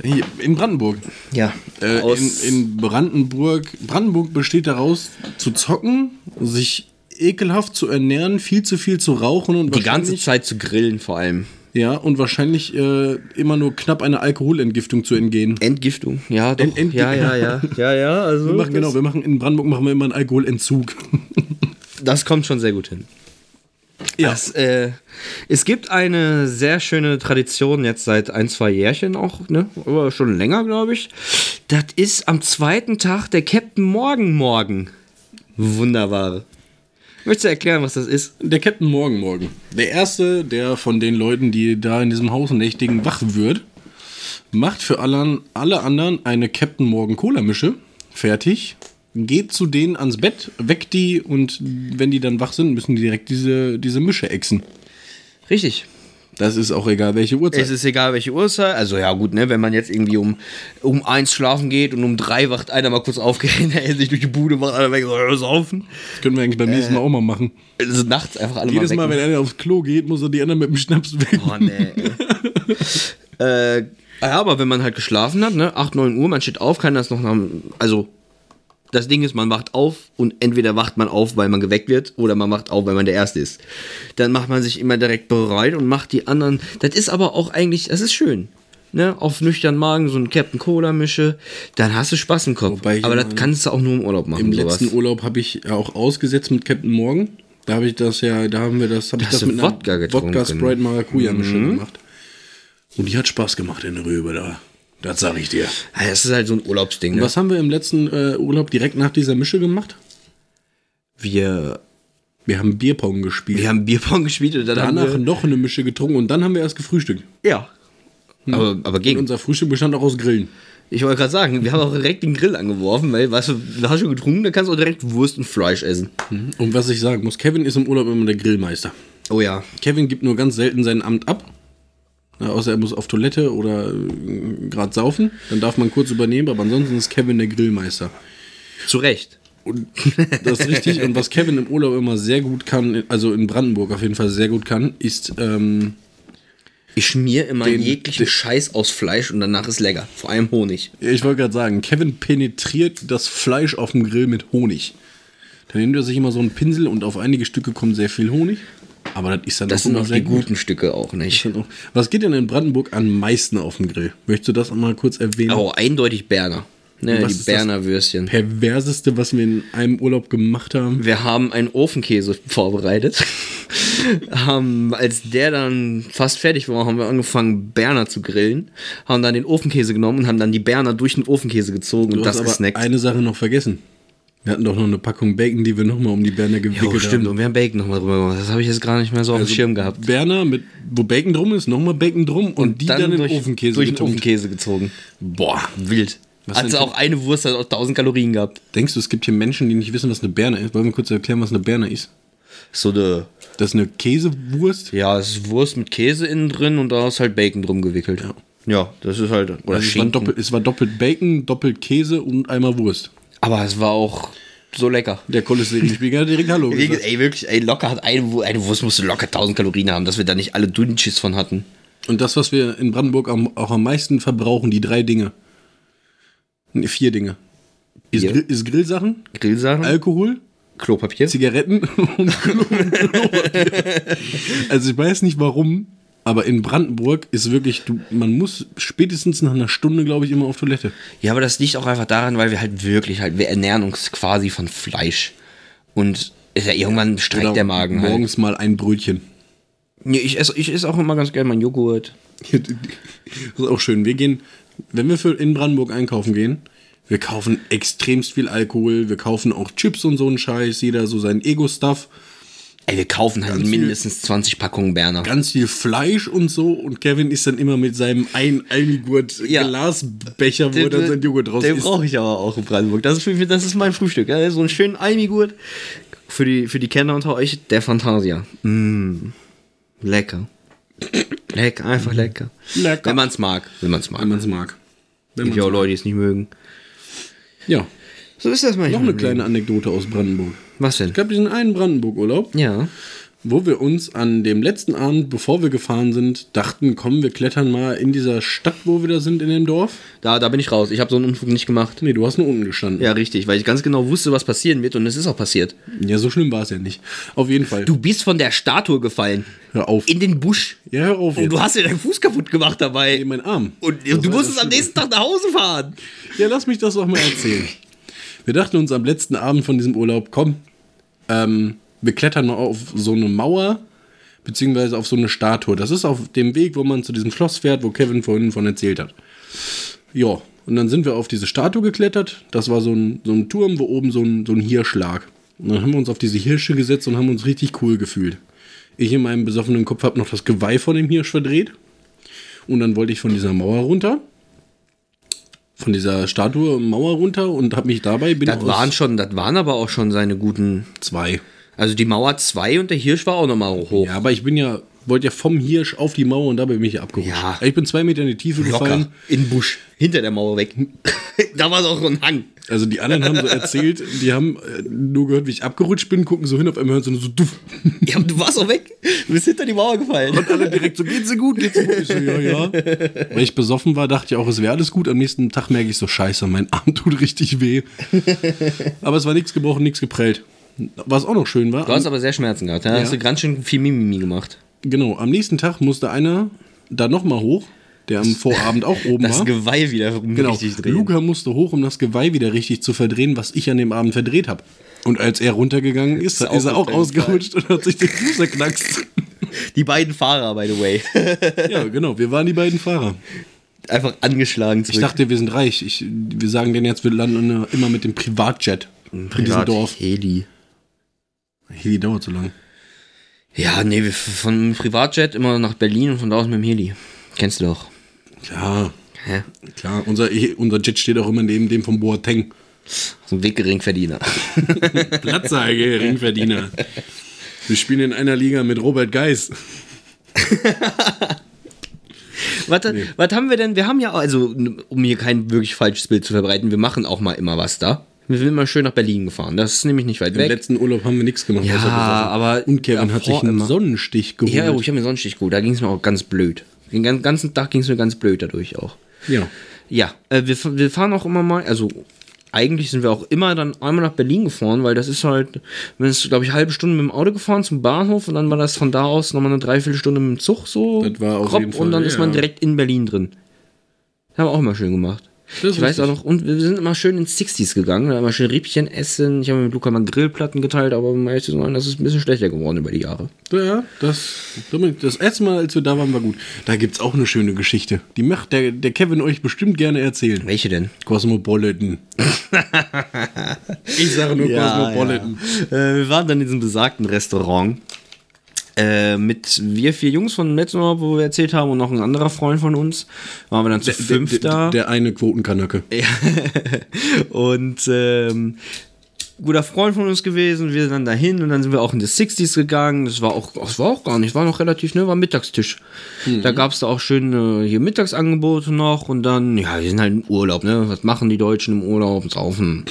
Hier, in Brandenburg.
Ja,
Äh,
aus
in, in Brandenburg. Brandenburg besteht daraus, zu zocken, sich ekelhaft zu ernähren, viel zu viel zu rauchen und
die ganze
wahrscheinlich-
Zeit zu grillen vor allem.
Ja, und wahrscheinlich äh, immer nur knapp einer Alkoholentgiftung zu entgehen.
Entgiftung, ja, doch.
Ent- Ent-
ja, ja, ja, [LAUGHS] ja, ja, also
Wir machen, genau, wir machen in Brandenburg machen wir immer einen Alkoholentzug. [LAUGHS]
das kommt schon sehr gut hin.
ja.
Das, äh, es gibt eine sehr schöne Tradition, jetzt seit ein, zwei Jährchen auch, ne? aber schon länger, glaube ich. Das ist am zweiten Tag der Captain Morgen Morgen. Wunderbar. Möchtest du erklären, was das ist?
Der Captain Morgen Morgen. Der erste, der von den Leuten, die da in diesem Haus nächtigen, wach wird, macht für allen, alle anderen eine Captain Morgen Cola Mische. Fertig. Geht zu denen ans Bett, weckt die und wenn die dann wach sind, müssen die direkt diese, diese Mische exen.
Richtig.
Das ist auch egal, welche Uhrzeit.
Es ist egal, welche Uhrzeit. Also ja gut, ne, wenn man jetzt irgendwie um, um eins schlafen geht und um drei wacht einer mal kurz [LAUGHS] aufgerannt, er hält sich durch die Bude, macht einer weg, oh, saufen.
das können wir eigentlich beim nächsten Mal auch mal machen.
Also nachts einfach Äh, alle
Jedes Mal,
wecken.
wenn einer aufs Klo geht, muss er die anderen mit dem Schnaps wecken.
Oh, nee. ey. [LAUGHS] äh, ja, aber wenn man halt geschlafen hat, ne, 8, 9 Uhr, man steht auf, kann das noch nach, dem- also das Ding ist, man wacht auf und entweder wacht man auf, weil man geweckt wird oder man wacht auf, weil man der Erste ist. Dann macht man sich immer direkt bereit und macht die anderen, das ist aber auch eigentlich, das ist schön. ne, auf nüchtern Magen so einen Captain Cola mische, dann hast du Spaß im Kopf.
Wobei ich
Aber das
meine,
kannst du auch nur im Urlaub machen.
Im
sowas.
letzten Urlaub habe ich ja auch ausgesetzt mit Captain Morgan. Da habe ich das ja, da haben wir das, habe ich
hast
das
du
mit einer
Wodka getrunken. Mhm.
Wodka Sprite Maracuja Mischung gemacht. Und die hat Spaß gemacht in der Rübe da. Das sage ich dir.
Ah, das ist halt so ein Urlaubsding. Ne?
Was haben wir im letzten äh, Urlaub direkt nach dieser Mische gemacht?
Wir,
Wir haben Bierpong gespielt.
wir haben Bierpong gespielt und dann
Danach
haben
noch eine Mische getrunken und dann haben wir erst gefrühstückt.
wir. Ja. Aber, aber
Hm. Und
gegen.
unser Frühstück bestand auch aus Grillen.
Ich wollte gerade sagen, wir haben auch direkt den Grill angeworfen, weil, weißt du, da hast du getrunken, dann kannst du auch direkt Wurst und Fleisch essen.
Und was ich sagen muss, Kevin ist im Urlaub immer der Grillmeister.
Oh ja.
Kevin gibt nur ganz selten sein Amt ab. Na, außer er muss auf Toilette oder äh, gerade saufen. Dann darf man kurz übernehmen, aber ansonsten ist Kevin der Grillmeister.
Zu Recht.
Und das ist richtig. Und was Kevin im Urlaub immer sehr gut kann, also in Brandenburg auf jeden Fall sehr gut kann, ist ähm,
Ich schmier immer
Den-
jeglichen Scheiß aus Fleisch und danach ist lecker. Vor allem Honig.
Ich wollte gerade sagen, Kevin penetriert das Fleisch auf dem Grill mit Honig. Dann nimmt er sich immer so einen Pinsel und auf einige Stücke kommt sehr viel Honig. Aber das ist dann
Das
auch
sind
immer
auch
sehr
die
gut.
guten Stücke auch nicht.
Was geht denn in Brandenburg am meisten auf dem Grill? Möchtest du das mal kurz erwähnen?
Oh, eindeutig Berner. Ne,
Was
die
ist das?
Berner Würstchen.
Perverseste, was wir in einem Urlaub gemacht haben.
Wir haben einen Ofenkäse vorbereitet. [LAUGHS] haben, als der dann fast fertig war, haben wir angefangen, Berner zu grillen. Haben dann den Ofenkäse genommen und haben dann die Berner durch den Ofenkäse gezogen
Du
und
hast
das
aber
gesnackt.
eine Sache noch vergessen. Wir hatten doch noch eine Packung Bacon, die wir nochmal um die Berner
Ja, Also,
gewickelt
oh, stimmt.
haben. Also
Und wir haben Bacon nochmal drüber gemacht. Das habe ich jetzt gar nicht mehr so auf dem Schirm gehabt.
Berner, mit, wo Bacon drum ist, nochmal Bacon drum und, die dann, in
durch,
Ofenkäse
durch den
getunkt.
Ofenkäse gezogen.
Boah,
Wild.
Was
Also
denn für-
auch eine Wurst hat auch 1000 Kalorien gehabt.
Denkst du, es gibt hier Menschen, die nicht wissen, was eine Berne ist? Wollen wir kurz erklären, was eine Berne ist?
So eine.
Das ist eine Käsewurst.
Ja, es ist Wurst mit Käse innen drin und da ist halt Bacon drum gewickelt. Ja, das ist halt. Oder
Also es, war
Schinken.
doppelt, es war doppelt Bacon, doppelt Käse und einmal Wurst.
Aber es war auch so lecker. [LAUGHS]
Der Cholesterinspiegel hat direkt Hallo gesagt.
Ey, wirklich, ey, locker hat eine, Wu- eine Wurst musste locker 1000 Kalorien haben, dass wir da nicht alle Dünnschiss von hatten.
Und das, was wir in Brandenburg am, auch am meisten verbrauchen, die drei Dinge. Nee, vier Dinge. Ist,
Bier.
Grill, ist Grillsachen,
Grillsachen,
Alkohol,
Klopapier.
Zigaretten [LAUGHS] und Klo und Klopapier. Also ich weiß nicht warum, aber in Brandenburg ist wirklich, du, man muss spätestens nach einer Stunde, glaube ich, immer auf Toilette.
Ja, aber das liegt auch einfach daran, weil wir halt wirklich halt, wir ernähren uns quasi von Fleisch. Und ist ja, irgendwann streikt
Oder
der Magen halt.
Genau. Morgens mal ein Brötchen.
Nee, ich esse ich ess auch immer ganz gerne meinen Joghurt.
Das ist auch schön. Wir gehen, wenn wir für in Brandenburg einkaufen gehen, wir kaufen extremst viel Alkohol, wir kaufen auch Chips und so einen Scheiß, jeder so sein Ego-Stuff,
Ey, wir kaufen halt
viel-
mindestens 20 Packungen Berner.
ganz viel Fleisch und so. Und Kevin ist dann immer mit seinem ein Almigurt
Ja.
Glasbecher, wo er dann sein Joghurt draus
Den
isst.
brauche ich aber auch in Brandenburg. Das ist, für mich, das ist mein Frühstück. Ja, so einen schönen Almigurt. Für die, für die Kenner unter euch, der Fantasia. Mm. Lecker. Lecker, einfach lecker.
Lecker.
Wenn man es mag. Wenn man es mag.
Wenn man es mag. Wenn
Gibt ja auch
man's-
Leute, die es nicht mögen.
ja,
So ist das manchmal.
noch eine kleine Anekdote aus Brandenburg.
Was denn?
Ich habe diesen einen Brandenburg-Urlaub,
Ja.
wo wir uns an dem letzten Abend, bevor wir gefahren sind, dachten, komm, wir klettern mal in dieser Stadt, wo wir da sind, in dem Dorf.
Da, da bin ich raus. Ich habe so einen Unfug nicht gemacht.
Nee, du hast nur unten gestanden.
Ja, richtig, weil ich ganz genau wusste, was passieren wird und es ist auch passiert.
Ja, so schlimm war es ja nicht. Auf jeden Fall.
Du bist von der Statue gefallen.
hör auf.
In den Busch.
ja, hör auf.
Und du hast dir deinen Fuß kaputt gemacht
Nee,
dabei.
mein Arm.
Und
Das
du
war
musstest
das
am nächsten Tag nach Hause fahren.
Schlimme. Ja, lass mich das doch mal erzählen. Wir dachten uns am letzten Abend von diesem Urlaub, komm, ähm, wir klettern mal auf so eine Mauer, beziehungsweise auf so eine Statue. Das ist auf dem Weg, wo man zu diesem Schloss fährt, wo Kevin vorhin von erzählt hat. Ja, und dann sind wir auf diese Statue geklettert. Das war so ein, so ein Turm, wo oben so ein, so ein Hirsch lag. Und dann haben wir uns auf diese Hirsche gesetzt und haben uns richtig cool gefühlt. Ich in meinem besoffenen Kopf habe noch das Geweih von dem Hirsch verdreht. Und dann wollte ich von dieser Mauer runter. Von dieser Statue Mauer runter und habe mich dabei. Bin
Das
aus-
waren schon, das waren aber auch schon seine guten.
zwei.
Also die Mauer 2 und der Hirsch war auch nochmal hoch.
Ja, aber ich bin ja, wollte ja vom Hirsch auf die Mauer und dabei bin ich ja abgerutscht.
Ja.
Ich bin zwei Meter in die Tiefe gefallen.
In den Busch. Hinter der Mauer weg. [LAUGHS] da war doch ein Hang.
Also die anderen haben so erzählt, die haben äh, nur gehört, wie ich abgerutscht bin, gucken so hin, auf einmal hören sie nur so duff.
Ja, aber du warst auch weg. Du bist hinter die Mauer gefallen.
Und alle direkt so, geht's dir gut, geht's dir gut? Ich so, ja, ja. Weil ich besoffen war, dachte ich auch, es wäre alles gut. Am nächsten Tag merke ich so, scheiße, mein Arm tut richtig weh. Aber es war nichts gebrochen, nichts geprellt. Was auch noch schön war,
Du hast
am,
aber sehr Schmerzen gehabt. ne? Da hast du ganz schön viel Mimimi gemacht.
genau, am nächsten Tag musste einer da nochmal hoch. der am Vorabend auch oben
Das
war.
Geweih wieder rum
Genau.
richtig drehen.
Luca musste hoch, um das Geweih wieder richtig zu verdrehen, was ich an dem Abend verdreht habe. Und als er runtergegangen ist,
Ist
ist er auch
ausgefallen.
ausgerutscht und hat sich den Fuß [LAUGHS] zerknackst.
Die beiden Fahrer, by the way. [LAUGHS]
ja, genau. Wir waren die beiden Fahrer.
Einfach angeschlagen zurück.
Ich dachte, wir sind reich. Ich, wir sagen denen jetzt, wir landen immer mit dem Privatjet in diesem Dorf.
Heli.
Heli dauert so lange.
Ja, nee, wir f- von Privatjet immer nach Berlin und von da aus mit dem Heli. Kennst du doch.
Klar,
Hä?
klar. Unser, unser Jet steht auch immer neben dem von Boateng.
So ein Weggeringverdiener. [LAUGHS]
Platzzeige, [LAUGHS] Ringverdiener. Wir spielen in einer Liga mit Robert Geis.
was, was haben wir denn? Wir haben ja, also, n- um hier kein wirklich falsches Bild zu verbreiten, wir machen auch mal immer was da. Wir sind mal schön nach Berlin gefahren. Das ist nämlich nicht weit
Im
weg.
letzten Urlaub haben wir nichts gemacht.
Ja,
außer besoffen.
aber-
Und Kevin
ja,
hat sich
vor
einen
immer.
Sonnenstich geholt.
Ja, oh, ich habe mir sonst nicht gut. Da ging es mir auch ganz blöd. Den gan- ganzen Tag ging es mir ganz blöd dadurch auch.
Ja.
Ja, äh, wir, f- wir fahren auch immer mal, also eigentlich sind wir auch immer dann einmal nach Berlin gefahren, weil das ist halt, wir sind, glaube ich, halbe Stunde mit dem Auto gefahren zum Bahnhof und dann war das von da aus nochmal eine Dreiviertelstunde mit dem Zug so
Das war auf
grob
jeden
und dann
Fall,
ist man
ja.
direkt in Berlin drin. Haben wir auch immer schön gemacht.
Das ist
ich weiß auch
richtig.
noch, und wir sind immer schön in 60s gegangen, da haben wir schön Riebchen essen. Ich habe mit Luca mal Grillplatten geteilt, aber um ehrlich zu sein, das ist ein bisschen schlechter geworden über die Jahre.
Ja, das, Dominik, das erste Mal, als wir da waren, war gut. Da gibt es auch eine schöne Geschichte. Die macht der, der Kevin euch bestimmt gerne erzählen.
Welche denn?
Cosmopolitan. ich
[LAUGHS]
sage nur Cosmopolitan.
Äh, wir waren dann in diesem besagten Restaurant äh, mit wir vier Jungs von Metzner, wo wir erzählt haben, und noch ein anderer Freund von uns. Waren wir dann zu fünf
Der,
da.
der, der eine Quotenkanacke.
[LAUGHS] und ähm, guter Freund von uns gewesen. Wir sind dann dahin und dann sind wir auch in die 60s gegangen. Das war auch, das war auch gar nicht, war noch relativ, ne, war Mittagstisch.
Mhm.
Da gab es da auch schöne hier Mittagsangebote noch und dann, ja, wir sind halt im Urlaub, ne? Was machen die Deutschen im Urlaub? Saufen.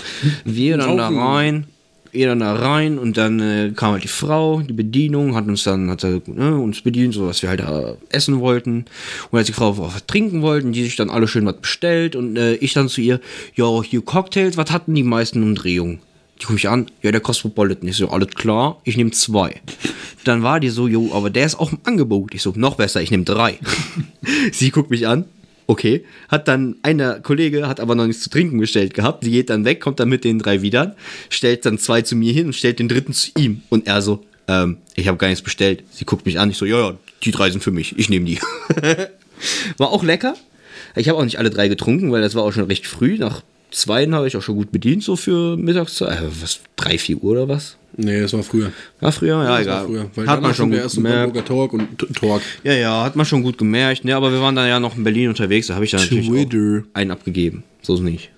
Wir dann da
Saufen.
rein. Wir dann da rein und dann äh, kam halt die Frau, die Bedienung, hat uns dann hat, äh, ne, uns bedient, so was wir halt da essen wollten. Und als die Frau auch was trinken wollten, die sich dann alle schön was bestellt und äh, ich dann zu ihr, ja, hier Cocktails, was hatten die meisten Umdrehungen? Die guckt mich an, ja, der Cosmopolitan. Ich so, alles klar, ich nehme zwei. Dann war die so, jo, aber der ist auch im Angebot. Ich so, noch besser, ich nehme drei. [LAUGHS] Sie guckt mich an, okay. Hat dann, einer Kollege hat aber noch nichts zu trinken bestellt gehabt. Die geht dann weg, kommt dann mit den drei wieder, stellt dann zwei zu mir hin und stellt den dritten zu ihm. Und er so, ähm, ich habe gar nichts bestellt. Sie guckt mich an, ich so, ja, ja, die drei sind für mich, ich nehme die. [LAUGHS] War auch lecker. Ich habe auch nicht alle drei getrunken, weil das war auch schon recht früh. Nach zweien habe ich auch schon gut bedient, so für Mittagszeit. Äh, was, drei, vier Uhr oder was?
Nee, das war früher.
War früher, ja,
Das
egal.
war früher. Weil
hat man schon
der
gut
erste
gemerkt.
Burger Talk und T- Talk.
Ja, ja, hat man schon gut gemerkt. Ne, aber wir waren dann ja noch in Berlin unterwegs, da habe ich dann natürlich
Twitter.
auch einen abgegeben. So ist nicht.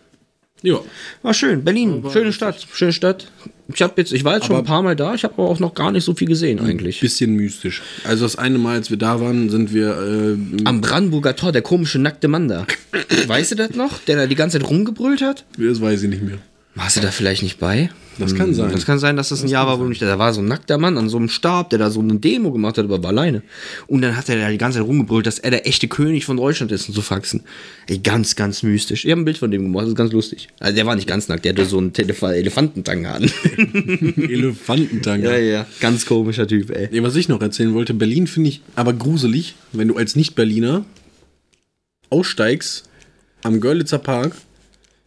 Ja.
War schön, Berlin, schöne Stadt, schöne Stadt. Ich habe jetzt, ich war jetzt schon ein paar Mal da, ich habe aber auch noch gar nicht so viel gesehen eigentlich.
Bisschen mystisch. Also das eine Mal, als wir da waren, sind wir äh,
Am Brandenburger Tor, der komische nackte Mann da. weißt du das noch? Der da die ganze Zeit rumgebrüllt hat?
Das weiß ich
[LAUGHS]
nicht mehr.
Warst du da vielleicht nicht bei?
Das kann sein.
Das kann sein, dass das ein Jahr war, wo nicht da war so ein nackter Mann an so einem Stab, der da so eine Demo gemacht hat, aber war alleine. Und dann hat er da die ganze Zeit rumgebrüllt, dass er der echte König von Deutschland ist und so Faxen. Ey, ganz, ganz mystisch. Ich habe ein Bild von dem gemacht, das ist ganz lustig. Also der war nicht ganz nackt, der hatte so einen Telef Elefantentang an. [LAUGHS]
Elefantentank.
ja, ja. Ganz komischer Typ, ey.
Nee, was ich noch erzählen wollte, Berlin finde ich aber gruselig, wenn du als Nicht-Berliner aussteigst am Görlitzer Park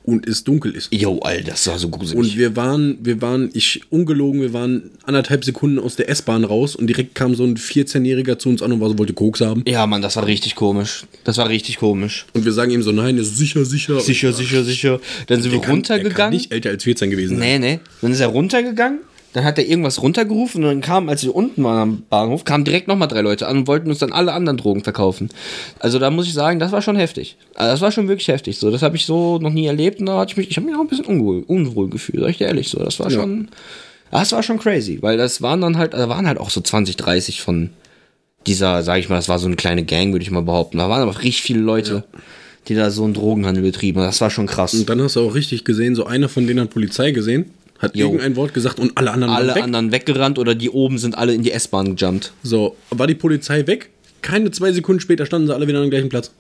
und es dunkel ist.
Jo, Alter, das war so gruselig.
Und wir waren, wir waren, ich ungelogen, wir waren anderthalb Sekunden aus der S-Bahn raus und direkt kam so ein 14-Jähriger zu uns an und war so, wollte Koks haben.
ja, Mann, das war richtig komisch. Das war richtig komisch.
Und wir sagen ihm so, nein, das ist sicher, sicher.
Sicher, sicher, sicher. Dann sind wir
Kann- er Kann
runtergegangen.
nicht älter als 14 gewesen sein.
Nee, nee. Dann ist er runtergegangen, dann hat er irgendwas runtergerufen und dann kam, als wir unten waren am Bahnhof, kamen direkt nochmal drei Leute an und wollten uns dann alle anderen Drogen verkaufen. Also da muss ich sagen, das war schon heftig. Also, das war schon wirklich heftig. So, das habe ich so noch nie erlebt und da hatte ich mich, ich habe mich auch ein bisschen unwohl, unwohl gefühlt, sag ich dir ehrlich so. Das war schon, das war schon crazy, weil das waren dann halt, da waren halt auch so 20, 30 von dieser, sag ich mal, das war so eine kleine Gang, würde ich mal behaupten. Da waren aber richtig viele Leute. Die da so einen Drogenhandel betrieben. Das war schon krass.
Und dann hast du auch richtig gesehen, so einer von denen hat Polizei gesehen, hat
Jo.
irgendein Wort gesagt und alle anderen
alle
waren weg.
anderen weggerannt oder die oben sind alle in die S-Bahn gejumpt.
So, war die Polizei weg? Keine zwei Sekunden später standen sie alle wieder an dem gleichen Platz.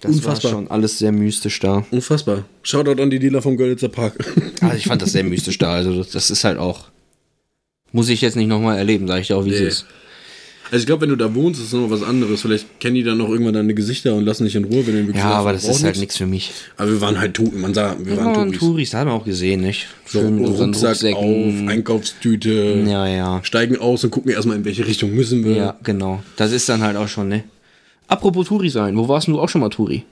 Das
Unfassbar.
war schon alles sehr mystisch da.
Unfassbar. Shoutout an die Dealer vom Görlitzer Park.
[LAUGHS]
[LAUGHS]
Also ich fand das sehr mystisch da. Also das, das ist halt auch. Muss ich jetzt nicht nochmal erleben, sage ich dir auch, wie es
Nee.
ist.
Also ich glaube, wenn du da wohnst, ist es noch was anderes. Vielleicht kennen die dann noch irgendwann deine Gesichter und lassen dich in Ruhe, wenn du wirklich
Ja,
sagst,
aber
du
das
brauchst
ist halt
nichts.
nichts für mich.
Aber wir waren halt Toten, man sah, wir waren Touris.
Touris, das haben wir auch gesehen, nicht?
So,
Schön mit unseren
Rucksack auf,
Rucksäcken.
Einkaufstüte,
Ja, ja.
steigen aus und gucken erstmal, in welche Richtung müssen wir.
Ja, genau. Das ist dann halt auch schon, ne? Apropos Touri sein, wo warst denn du auch schon mal Touri?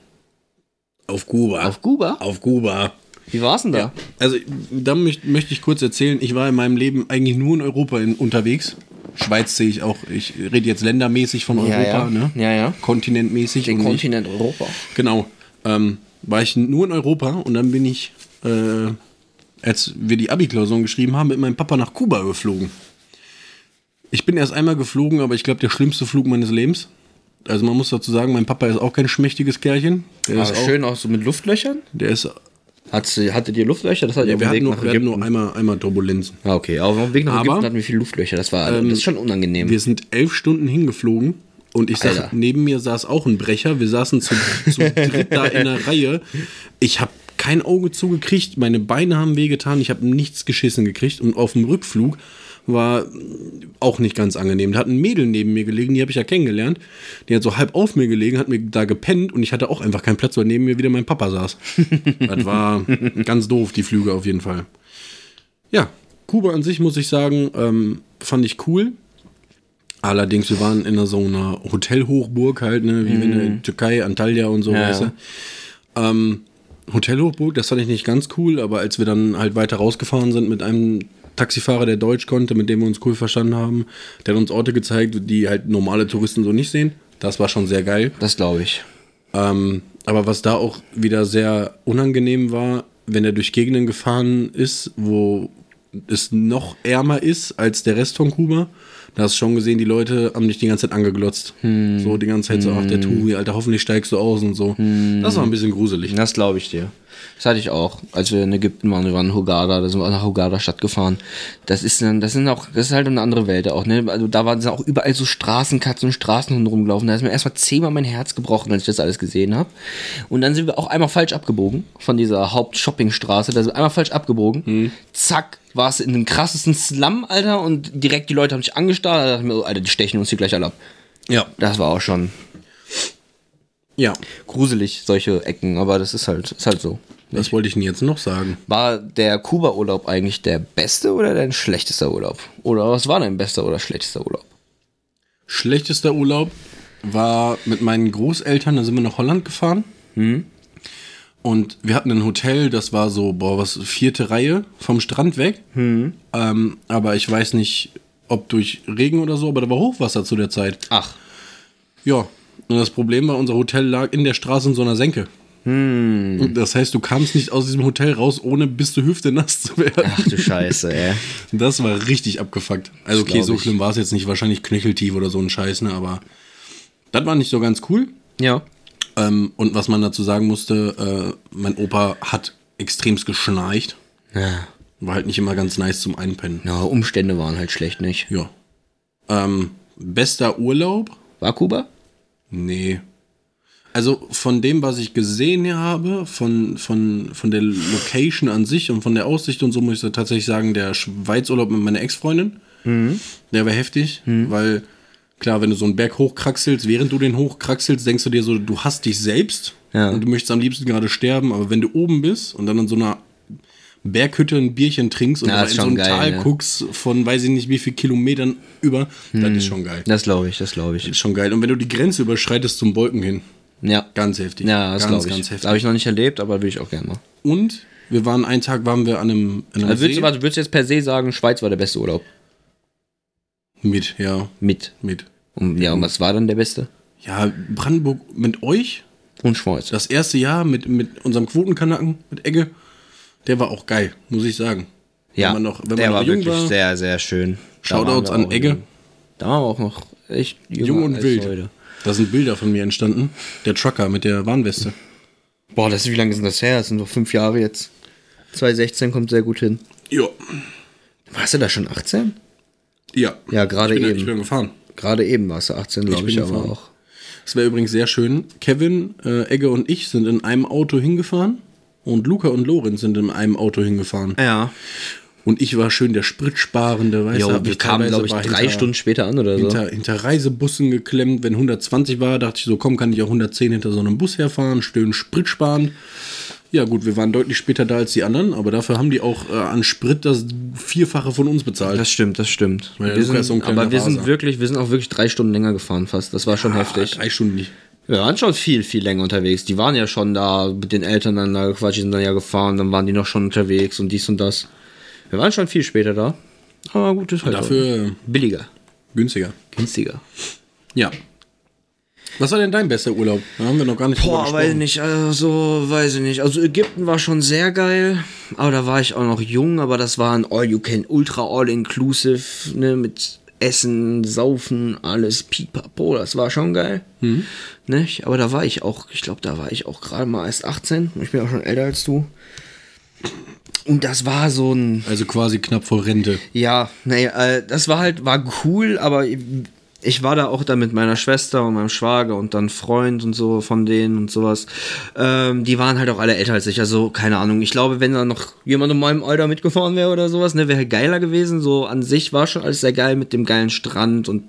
Auf Kuba.
Auf Kuba?
Auf Kuba.
Wie war's denn da?
Also, da möcht, möchte ich kurz erzählen, ich war in meinem Leben eigentlich nur in Europa in, unterwegs. Schweiz sehe ich auch, ich rede jetzt ländermäßig von Europa,
ja.
ne?
Ja, ja.
Kontinentmäßig.
Den
und nicht-
Kontinent Europa.
Genau. Ähm, war ich nur in Europa und dann bin ich, äh, als wir die Abi-Klausuren geschrieben haben, mit meinem Papa nach Kuba geflogen. Ich bin erst einmal geflogen, aber ich glaube, der schlimmste Flug meines Lebens. Also man muss dazu sagen, mein Papa ist auch kein schmächtiges Kerlchen. Der ist
Aber
auch,
schön Also auch so mit Luftlöchern.
der ist,
Hat's, hattet ihr Luftlöcher? Das hat ja,
wir,
auf dem Weg
hatten nur,
nach
wir hatten nur
Ägypten.
einmal, einmal Turbulenzen.
Ah, okay. Aber auf dem Weg nach
Aber- Ähm,
Ägypten hatten wir viele Luftlöcher. Das war das ist schon unangenehm.
Wir sind elf Stunden hingeflogen und ich
Alter.
sag, neben mir saß auch ein Brecher. Wir saßen zu, zu dritt da in der Reihe. Ich habe kein Auge zugekriegt, meine Beine haben wehgetan, ich habe nichts geschissen gekriegt und auf dem Rückflug war auch nicht ganz angenehm. Da hat ein Mädel neben mir gelegen, die habe ich ja kennengelernt. Die hat so halb auf mir gelegen, hat mir da gepennt und ich hatte auch einfach keinen Platz, weil neben mir wieder mein Papa saß. das war ganz doof, die Flüge auf jeden Fall. Ja, Kuba an sich muss ich sagen, ähm, fand ich cool. Allerdings, wir waren in so einer Hotelhochburg halt, ne, wie in der Türkei, Antalya und so,
Ja,
weißt du. Ähm,
ja.
Hotelhochburg, das fand ich nicht ganz cool, aber als wir dann halt weiter rausgefahren sind mit einem Taxifahrer, der Deutsch konnte, mit dem wir uns cool verstanden haben, der hat uns Orte gezeigt, die halt normale Touristen so nicht sehen. Das war schon sehr geil.
Das glaube ich.
Ähm, aber was da auch wieder sehr unangenehm war, wenn er durch Gegenden gefahren ist, wo es noch ärmer ist als der Rest von Kuba, da hast du schon gesehen, die Leute haben dich die ganze Zeit angeglotzt. So die ganze Zeit so, ach der Turi, Alter, hoffentlich steigst du aus und so. Das war ein bisschen gruselig.
Das glaube ich dir. Das hatte ich auch. Als wir in Ägypten waren, wir waren in Hurghada, da sind wir nach Hurghada Stadt gefahren. Das ist dann, das sind auch, das ist halt eine andere Welt auch, ne? Also da waren sind auch überall so Straßenkatzen und Straßenhunde rumgelaufen. Da ist mir erstmal zehnmal mein Herz gebrochen, als ich das alles gesehen habe. Und dann sind wir auch einmal falsch abgebogen von dieser Hauptshoppingstraße. Da sind wir einmal falsch abgebogen.
Mhm.
Zack, war es in dem krassesten Slum, Alter, und direkt die Leute haben mich angestarrt. Da dachte ich mir, oh, Alter, die stechen uns hier gleich alle ab.
Ja.
Das war auch schon
Ja.
gruselig, solche Ecken, aber das ist halt, ist halt so.
Was wollte ich denn jetzt noch sagen?
War der Kuba-Urlaub eigentlich der beste oder dein schlechtester Urlaub? Oder was war dein bester oder schlechtester Urlaub?
Schlechtester Urlaub war mit meinen Großeltern, da sind wir nach Holland gefahren. Und wir hatten ein Hotel, das war so, boah, was, vierte Reihe vom Strand weg. Ähm, aber ich weiß nicht, ob durch Regen oder so, aber da war Hochwasser zu der Zeit.
Ach,
Ja. Und das Problem war, unser Hotel lag in der Straße in so einer Senke. Und Das heißt, du kamst nicht aus diesem Hotel raus, ohne bis zur Hüfte nass zu werden.
ach du Scheiße, ey.
Das war richtig abgefuckt. Also,
Das
okay,
glaub
so
ich.
schlimm war es jetzt nicht. Wahrscheinlich knöcheltief oder so ein Scheiß, ne? Aber das war nicht so ganz cool.
Ja.
Ähm, und was man dazu sagen musste, äh, mein Opa hat extremst geschnarcht.
ja.
War halt nicht immer ganz nice zum Einpennen.
Na, Umstände waren halt schlecht, nicht?
Ja. Ähm, bester Urlaub?
War Kuba?
Nee. Also von dem, was ich gesehen habe, von, von, von der Location an sich und von der Aussicht und so, muss ich tatsächlich sagen, der Schweizurlaub mit meiner Ex-Freundin,
Mhm.
der war heftig, weil klar, wenn du so einen Berg hochkraxelst, während du den hochkraxelst, denkst du dir so, du hast dich selbst
Ja.
und du möchtest am liebsten gerade sterben, aber wenn du oben bist und dann in so einer Berghütte ein Bierchen trinkst und
Ja,
dann
ist
in so
schon
ein
geil,
Tal
ne?
guckst von weiß ich nicht wie viel Kilometern über, das
Mhm.
ist schon geil.
Das glaube ich, das glaube ich.
Ist schon geil. Und wenn du die Grenze überschreitest zum Bolken hin,
Ja.
Ganz heftig.
Ja, das
ganz,
glaube ich.
ganz heftig.
Das habe ich noch nicht erlebt, aber will ich auch gerne mal.
Und wir waren einen Tag waren wir an einem, an einem
Also würdest,
See
du, warte, würdest du jetzt per se sagen, Schweiz war der beste Urlaub?
mit, ja,
Mit.
mit.
Und, ja, und was war dann der beste?
Ja, Brandenburg mit euch,
Und Schweiz.
das erste Jahr mit, mit unserem Quotenkanaken, mit Egge, der war auch geil, muss ich sagen.
ja,
wenn man noch, wenn
der
man
war
noch jung
wirklich
war,
sehr, sehr schön. Da waren
Shoutouts
wir
an
auch
Egge,
jung. Da waren wir auch noch echt jünger
jung und
als
wild.
heute.
Da sind Bilder von mir entstanden. Der Trucker mit der Warnweste.
Boah, das ist, wie lange ist denn das her? Das sind doch fünf Jahre jetzt. 2016 kommt sehr gut hin.
Ja,
Warst du da schon 18?
ja.
Ja, gerade
ich bin, ich
eben.
bin gefahren.
Gerade eben warst du 18, glaube
bin
ich, aber
gefahren.
auch.
Es wäre übrigens sehr schön. Kevin, äh, Egge und ich sind in einem Auto hingefahren und Luca und Lorenz sind in einem Auto hingefahren.
Ja.
Und ich war schön der Spritsparende, weißt
Jo,
hab
wir
mich
kamen,
teilweise
glaube ich,
war
drei
hinter-
Stunden später an oder so.
hinter, hinter Reisebussen geklemmt. Wenn 120 war, dachte ich so, komm, kann ich auch 110 hinter so einem Bus herfahren, schön Sprit sparen. Ja gut, wir waren deutlich später da als die anderen, aber dafür haben die auch äh, an Sprit das Vierfache von uns bezahlt.
Das stimmt, das stimmt.
Weil der
wir
Luca
sind,
ist so ein kleiner
aber wir sind
Raser.
wirklich, wir sind auch wirklich drei Stunden länger gefahren fast. Das war schon heftig.
Drei Stunden nicht.
Wir waren schon viel, viel länger unterwegs. Die waren ja schon da mit den Eltern dann da gequatscht, die sind dann ja gefahren, dann waren die noch schon unterwegs und dies und das. Wir waren schon viel später da. Aber gut, ist halt so.
Dafür äh,
billiger,
günstiger.
günstiger.
Ja. Was war denn dein bester Urlaub? Da haben wir noch gar nicht
Boah,
drüber
weiß
gesprochen.
nicht, also weiß ich nicht. Also Ägypten war schon sehr geil, aber da war ich auch noch jung, aber das war ein All You Can Ultra All Inclusive, ne, mit Essen, Saufen, alles pipapo, das war schon geil.
Mhm.
Ne, aber da war ich auch, ich glaube, da war ich auch gerade mal erst 18, ich bin auch schon älter als du. Und das war so ein
Also quasi knapp vor Rente.
ja, nee, äh, das war halt, war cool, aber ich war da auch dann mit meiner Schwester und meinem Schwager und dann Freund und so von denen und sowas. Ähm, die waren halt auch alle älter als ich, also keine Ahnung. Ich glaube, wenn da noch jemand in meinem Alter mitgefahren wäre oder sowas, ne, wäre halt geiler gewesen. So an sich war schon alles sehr geil mit dem geilen Strand und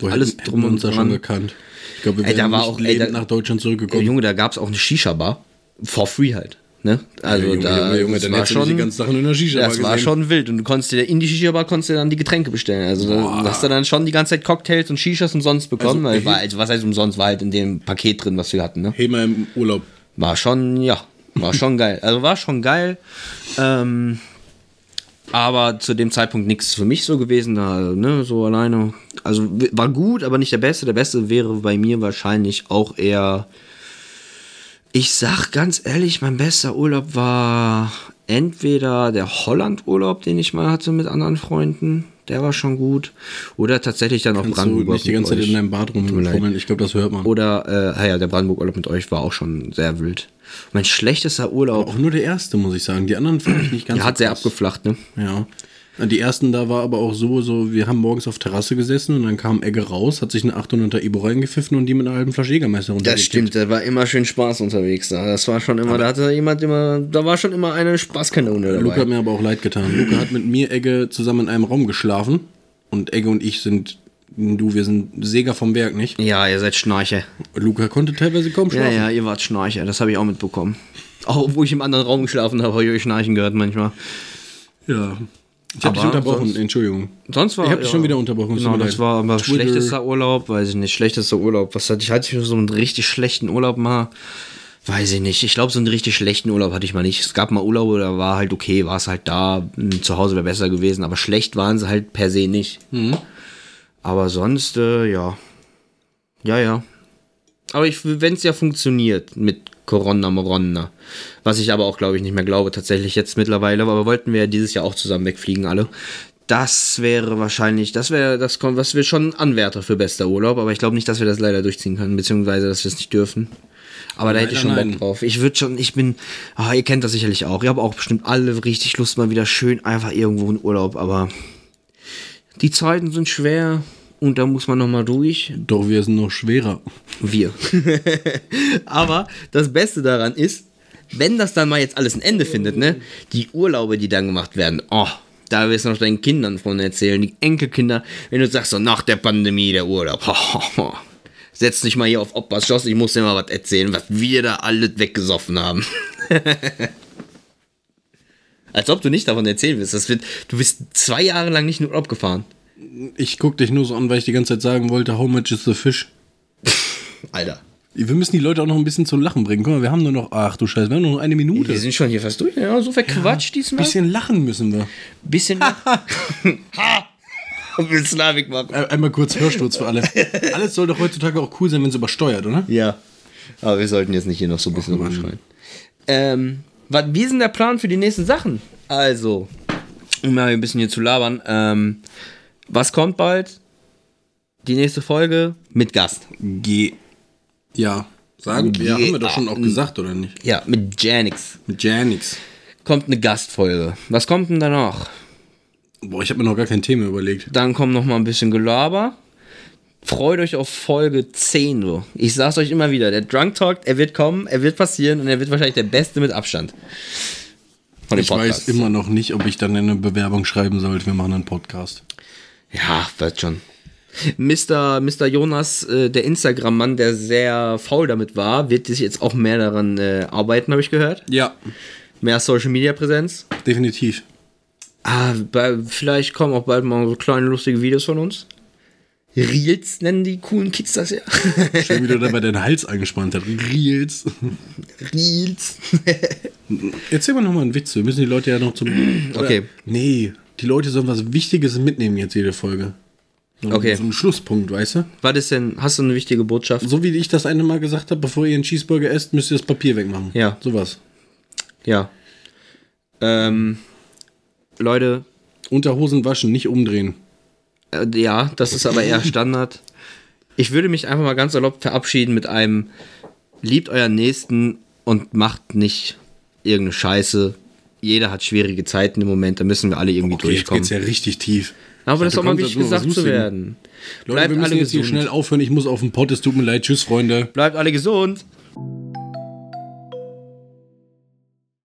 So
alles
hätten- hätten
drum
wir
und
uns da schon
dran.
gekannt. Ich glaube, wir
Ey, da
wären
war
nicht
auch- ey,
lebend
da-
nach Deutschland
Ey,
zurückgekommen.
Junge, da gab es auch eine Shisha-Bar. For free halt. Ne? Also
Junge,
da
Junge, Junge,
das
dann
war
hättest du
schon,
dich die ganzen Sachen in der Shisha-Bar
Das war
gesehen.
schon wild. Und du konntest dir in die Shisha-Bar konntest dir dann die Getränke bestellen. Also da hast du dann schon die ganze Zeit Cocktails und Shishas umsonst bekommen.
Also,
Also, war,
hey.
also was heißt umsonst, war halt in dem Paket drin, was wir hatten. Ne?
Thema im Urlaub.
War schon, ja, war schon geil. Also war schon geil. Ähm, aber zu dem Zeitpunkt nichts für mich so gewesen, da, ne, so alleine. Also w- war gut, aber nicht der Beste. Der Beste wäre bei mir wahrscheinlich auch eher. Ich sag ganz ehrlich, mein bester Urlaub war entweder der Holland-Urlaub, den ich mal hatte mit anderen Freunden. Der war schon gut. Oder tatsächlich dann auch
Kannst du
Brandenburg.
nicht die
mit
ganze Zeit
euch.
in deinem Bad rumfummeln? Ich glaube, das hört man.
Oder, äh, ah ja, der Brandenburg-Urlaub mit euch war auch schon sehr wild. Mein schlechtester Urlaub,
Auch nur der erste, muss ich sagen. Die anderen fand ich nicht ganz
der hat sehr
krass.
abgeflacht, ne?
Ja. Die ersten da war aber auch so, so, wir haben morgens auf Terrasse gesessen und dann kam Egge raus, hat sich eine 800er Ibo reingepfiffen und die mit einer halben Flasche Jägermeister
Das
runtergekippt.
stimmt, da war immer schön Spaß unterwegs. Da. Das war schon immer, da hatte jemand immer, da war schon immer eine Spaßkanone dabei.
Luca hat mir aber auch leid getan. Luca hat mit mir Egge zusammen in einem Raum geschlafen und Egge und ich sind, du, wir sind Säger vom Werk, nicht?
ja, ihr seid Schnarcher.
Luca konnte teilweise kaum
Ja,
schlafen.
ja, ihr wart Schnarcher, das habe ich auch mitbekommen. Auch wo ich im anderen Raum geschlafen habe, habe ich euch Schnarchen gehört manchmal.
ja. Ich habe dich
Aber
unterbrochen,
sonst-
Entschuldigung.
Sonst war
Ich hab dich schon wieder unterbrochen, es
Genau,
tut mir
das
leid.
war aber
Twitter.
schlechtester Urlaub, weiß ich nicht, schlechtester Urlaub. Was hatte ich? Hatte ich so einen richtig schlechten Urlaub mal? Weiß ich nicht. Ich glaube, so einen richtig schlechten Urlaub hatte ich mal nicht. Es gab mal Urlaube, da war halt okay, war es halt da. Hm, Zu Hause wäre besser gewesen, aber schlecht waren sie halt per se nicht.
Mhm.
Aber sonst, äh, ja. Ja, ja. Aber wenn es ja funktioniert mit Corona Moronna, was ich aber auch, glaube ich, nicht mehr glaube, tatsächlich jetzt mittlerweile, aber wollten wir ja dieses Jahr auch zusammen wegfliegen, alle. Das wäre wahrscheinlich, das wäre, das kommt, was wir schon Anwärter für bester Urlaub, aber ich glaube nicht, dass wir das leider durchziehen können, beziehungsweise, dass wir es nicht dürfen. Aber da hätte ich schon
Leider
Bock
nein.
drauf. Ich würde schon, ich bin, ah, ihr kennt das sicherlich auch. Ihr habt auch bestimmt alle richtig Lust, mal wieder schön einfach irgendwo in Urlaub, aber die Zeiten sind schwer und da muss man nochmal durch.
Doch, wir sind noch schwerer.
Wir. [LAUGHS] Aber das Beste daran ist, wenn das dann mal jetzt alles ein Ende findet, ne? Die Urlaube, die dann gemacht werden, oh, da wirst du noch deinen Kindern von erzählen, die Enkelkinder, wenn du sagst, so nach der Pandemie der Urlaub, [LAUGHS] ho, ho, ho. setz dich mal hier auf Opas Schoss, ich muss dir mal was erzählen, was wir da alles weggesoffen haben. [LAUGHS] Als ob du nicht davon erzählen willst. Das wird, du bist zwei Jahre lang nicht in den Urlaub gefahren.
Ich guck dich nur so an, weil ich die ganze Zeit sagen wollte, how much is the fish?
Alter.
Wir müssen die Leute auch noch ein bisschen zum Lachen bringen. Guck mal, wir haben nur noch, ach du Scheiße, wir haben nur noch eine Minute.
Wir sind schon hier fast durch. Ja, so verquatscht diesmal.
bisschen lachen müssen wir.
bisschen. [LAUGHS] ha! Will Slavik machen.
Ä- Einmal kurz Hörsturz für [LAUGHS] alle. Alles soll doch heutzutage auch cool sein, wenn es übersteuert, oder?
Ja. Aber wir sollten jetzt nicht hier noch so ein bisschen rumschreien. Ähm, was, wie ist denn der Plan für die nächsten Sachen? Also, um mal ein bisschen hier zu labern. Ähm, was kommt bald? Die nächste Folge mit Gast.
G. Ja. Sagen wir,
G-
ja, haben wir doch schon auch gesagt, oder nicht?
Ja, mit Janix.
Mit Janix.
Kommt eine Gastfolge. Was kommt denn danach?
Boah, ich habe mir noch gar kein Thema überlegt.
Dann kommt noch mal ein bisschen Gelaber. Freut euch auf Folge 10. So. Ich sag's euch immer wieder, der Drunk Talk, er wird kommen, er wird passieren und er wird wahrscheinlich der Beste mit Abstand. von dem
Ich
Podcast.
weiß immer noch nicht, ob ich dann eine Bewerbung schreiben sollte. Wir machen einen Podcast.
Ja, wird schon. Mr. Mr. Jonas, äh, der Instagram-Mann, der sehr faul damit war, wird sich jetzt auch mehr daran äh, arbeiten, habe ich gehört.
Ja,
Mehr Social-Media-Präsenz.
definitiv.
Ah, bei, vielleicht kommen auch bald mal so kleine lustige Videos von uns. Reels nennen die coolen Kids das ja. [LAUGHS]
Schön, wie du dabei deinen Hals eingespannt hast. Reels.
Reels.
Erzähl mal nochmal einen Witz. Wir müssen die Leute ja noch zum. Oder-
[CLEARS THROAT] Okay.
Nee, die Leute sollen was Wichtiges mitnehmen jetzt jede Folge. So ein-
Okay.
So einen Schlusspunkt, weißt du?
Was ist denn? Hast du eine wichtige Botschaft?
So wie ich das eine Mal gesagt habe, bevor ihr einen Cheeseburger esst, müsst ihr das Papier wegmachen.
Ja.
Sowas.
Ja. Ähm, Leute,
Unterhosen waschen, nicht umdrehen.
Äh, Ja, das ist aber
[LAUGHS]
eher Standard. Ich würde mich einfach mal ganz salopp verabschieden mit einem Liebt euren Nächsten und macht nicht irgendeine Scheiße. Jeder hat schwierige Zeiten im Moment, da müssen wir alle irgendwie
Okay, jetzt
durchkommen.
geht's ja richtig tief.
aber das ist
Du
auch mal
kommst
wichtig
jetzt nur
gesagt
aus
zu
Lustigen.
werden.
Leute, wir
Bleibt
müssen
alle
jetzt hier
gesund.
schnell aufhören. Ich muss auf den Pott. Es tut mir leid. Tschüss, Freunde.
Bleibt alle gesund.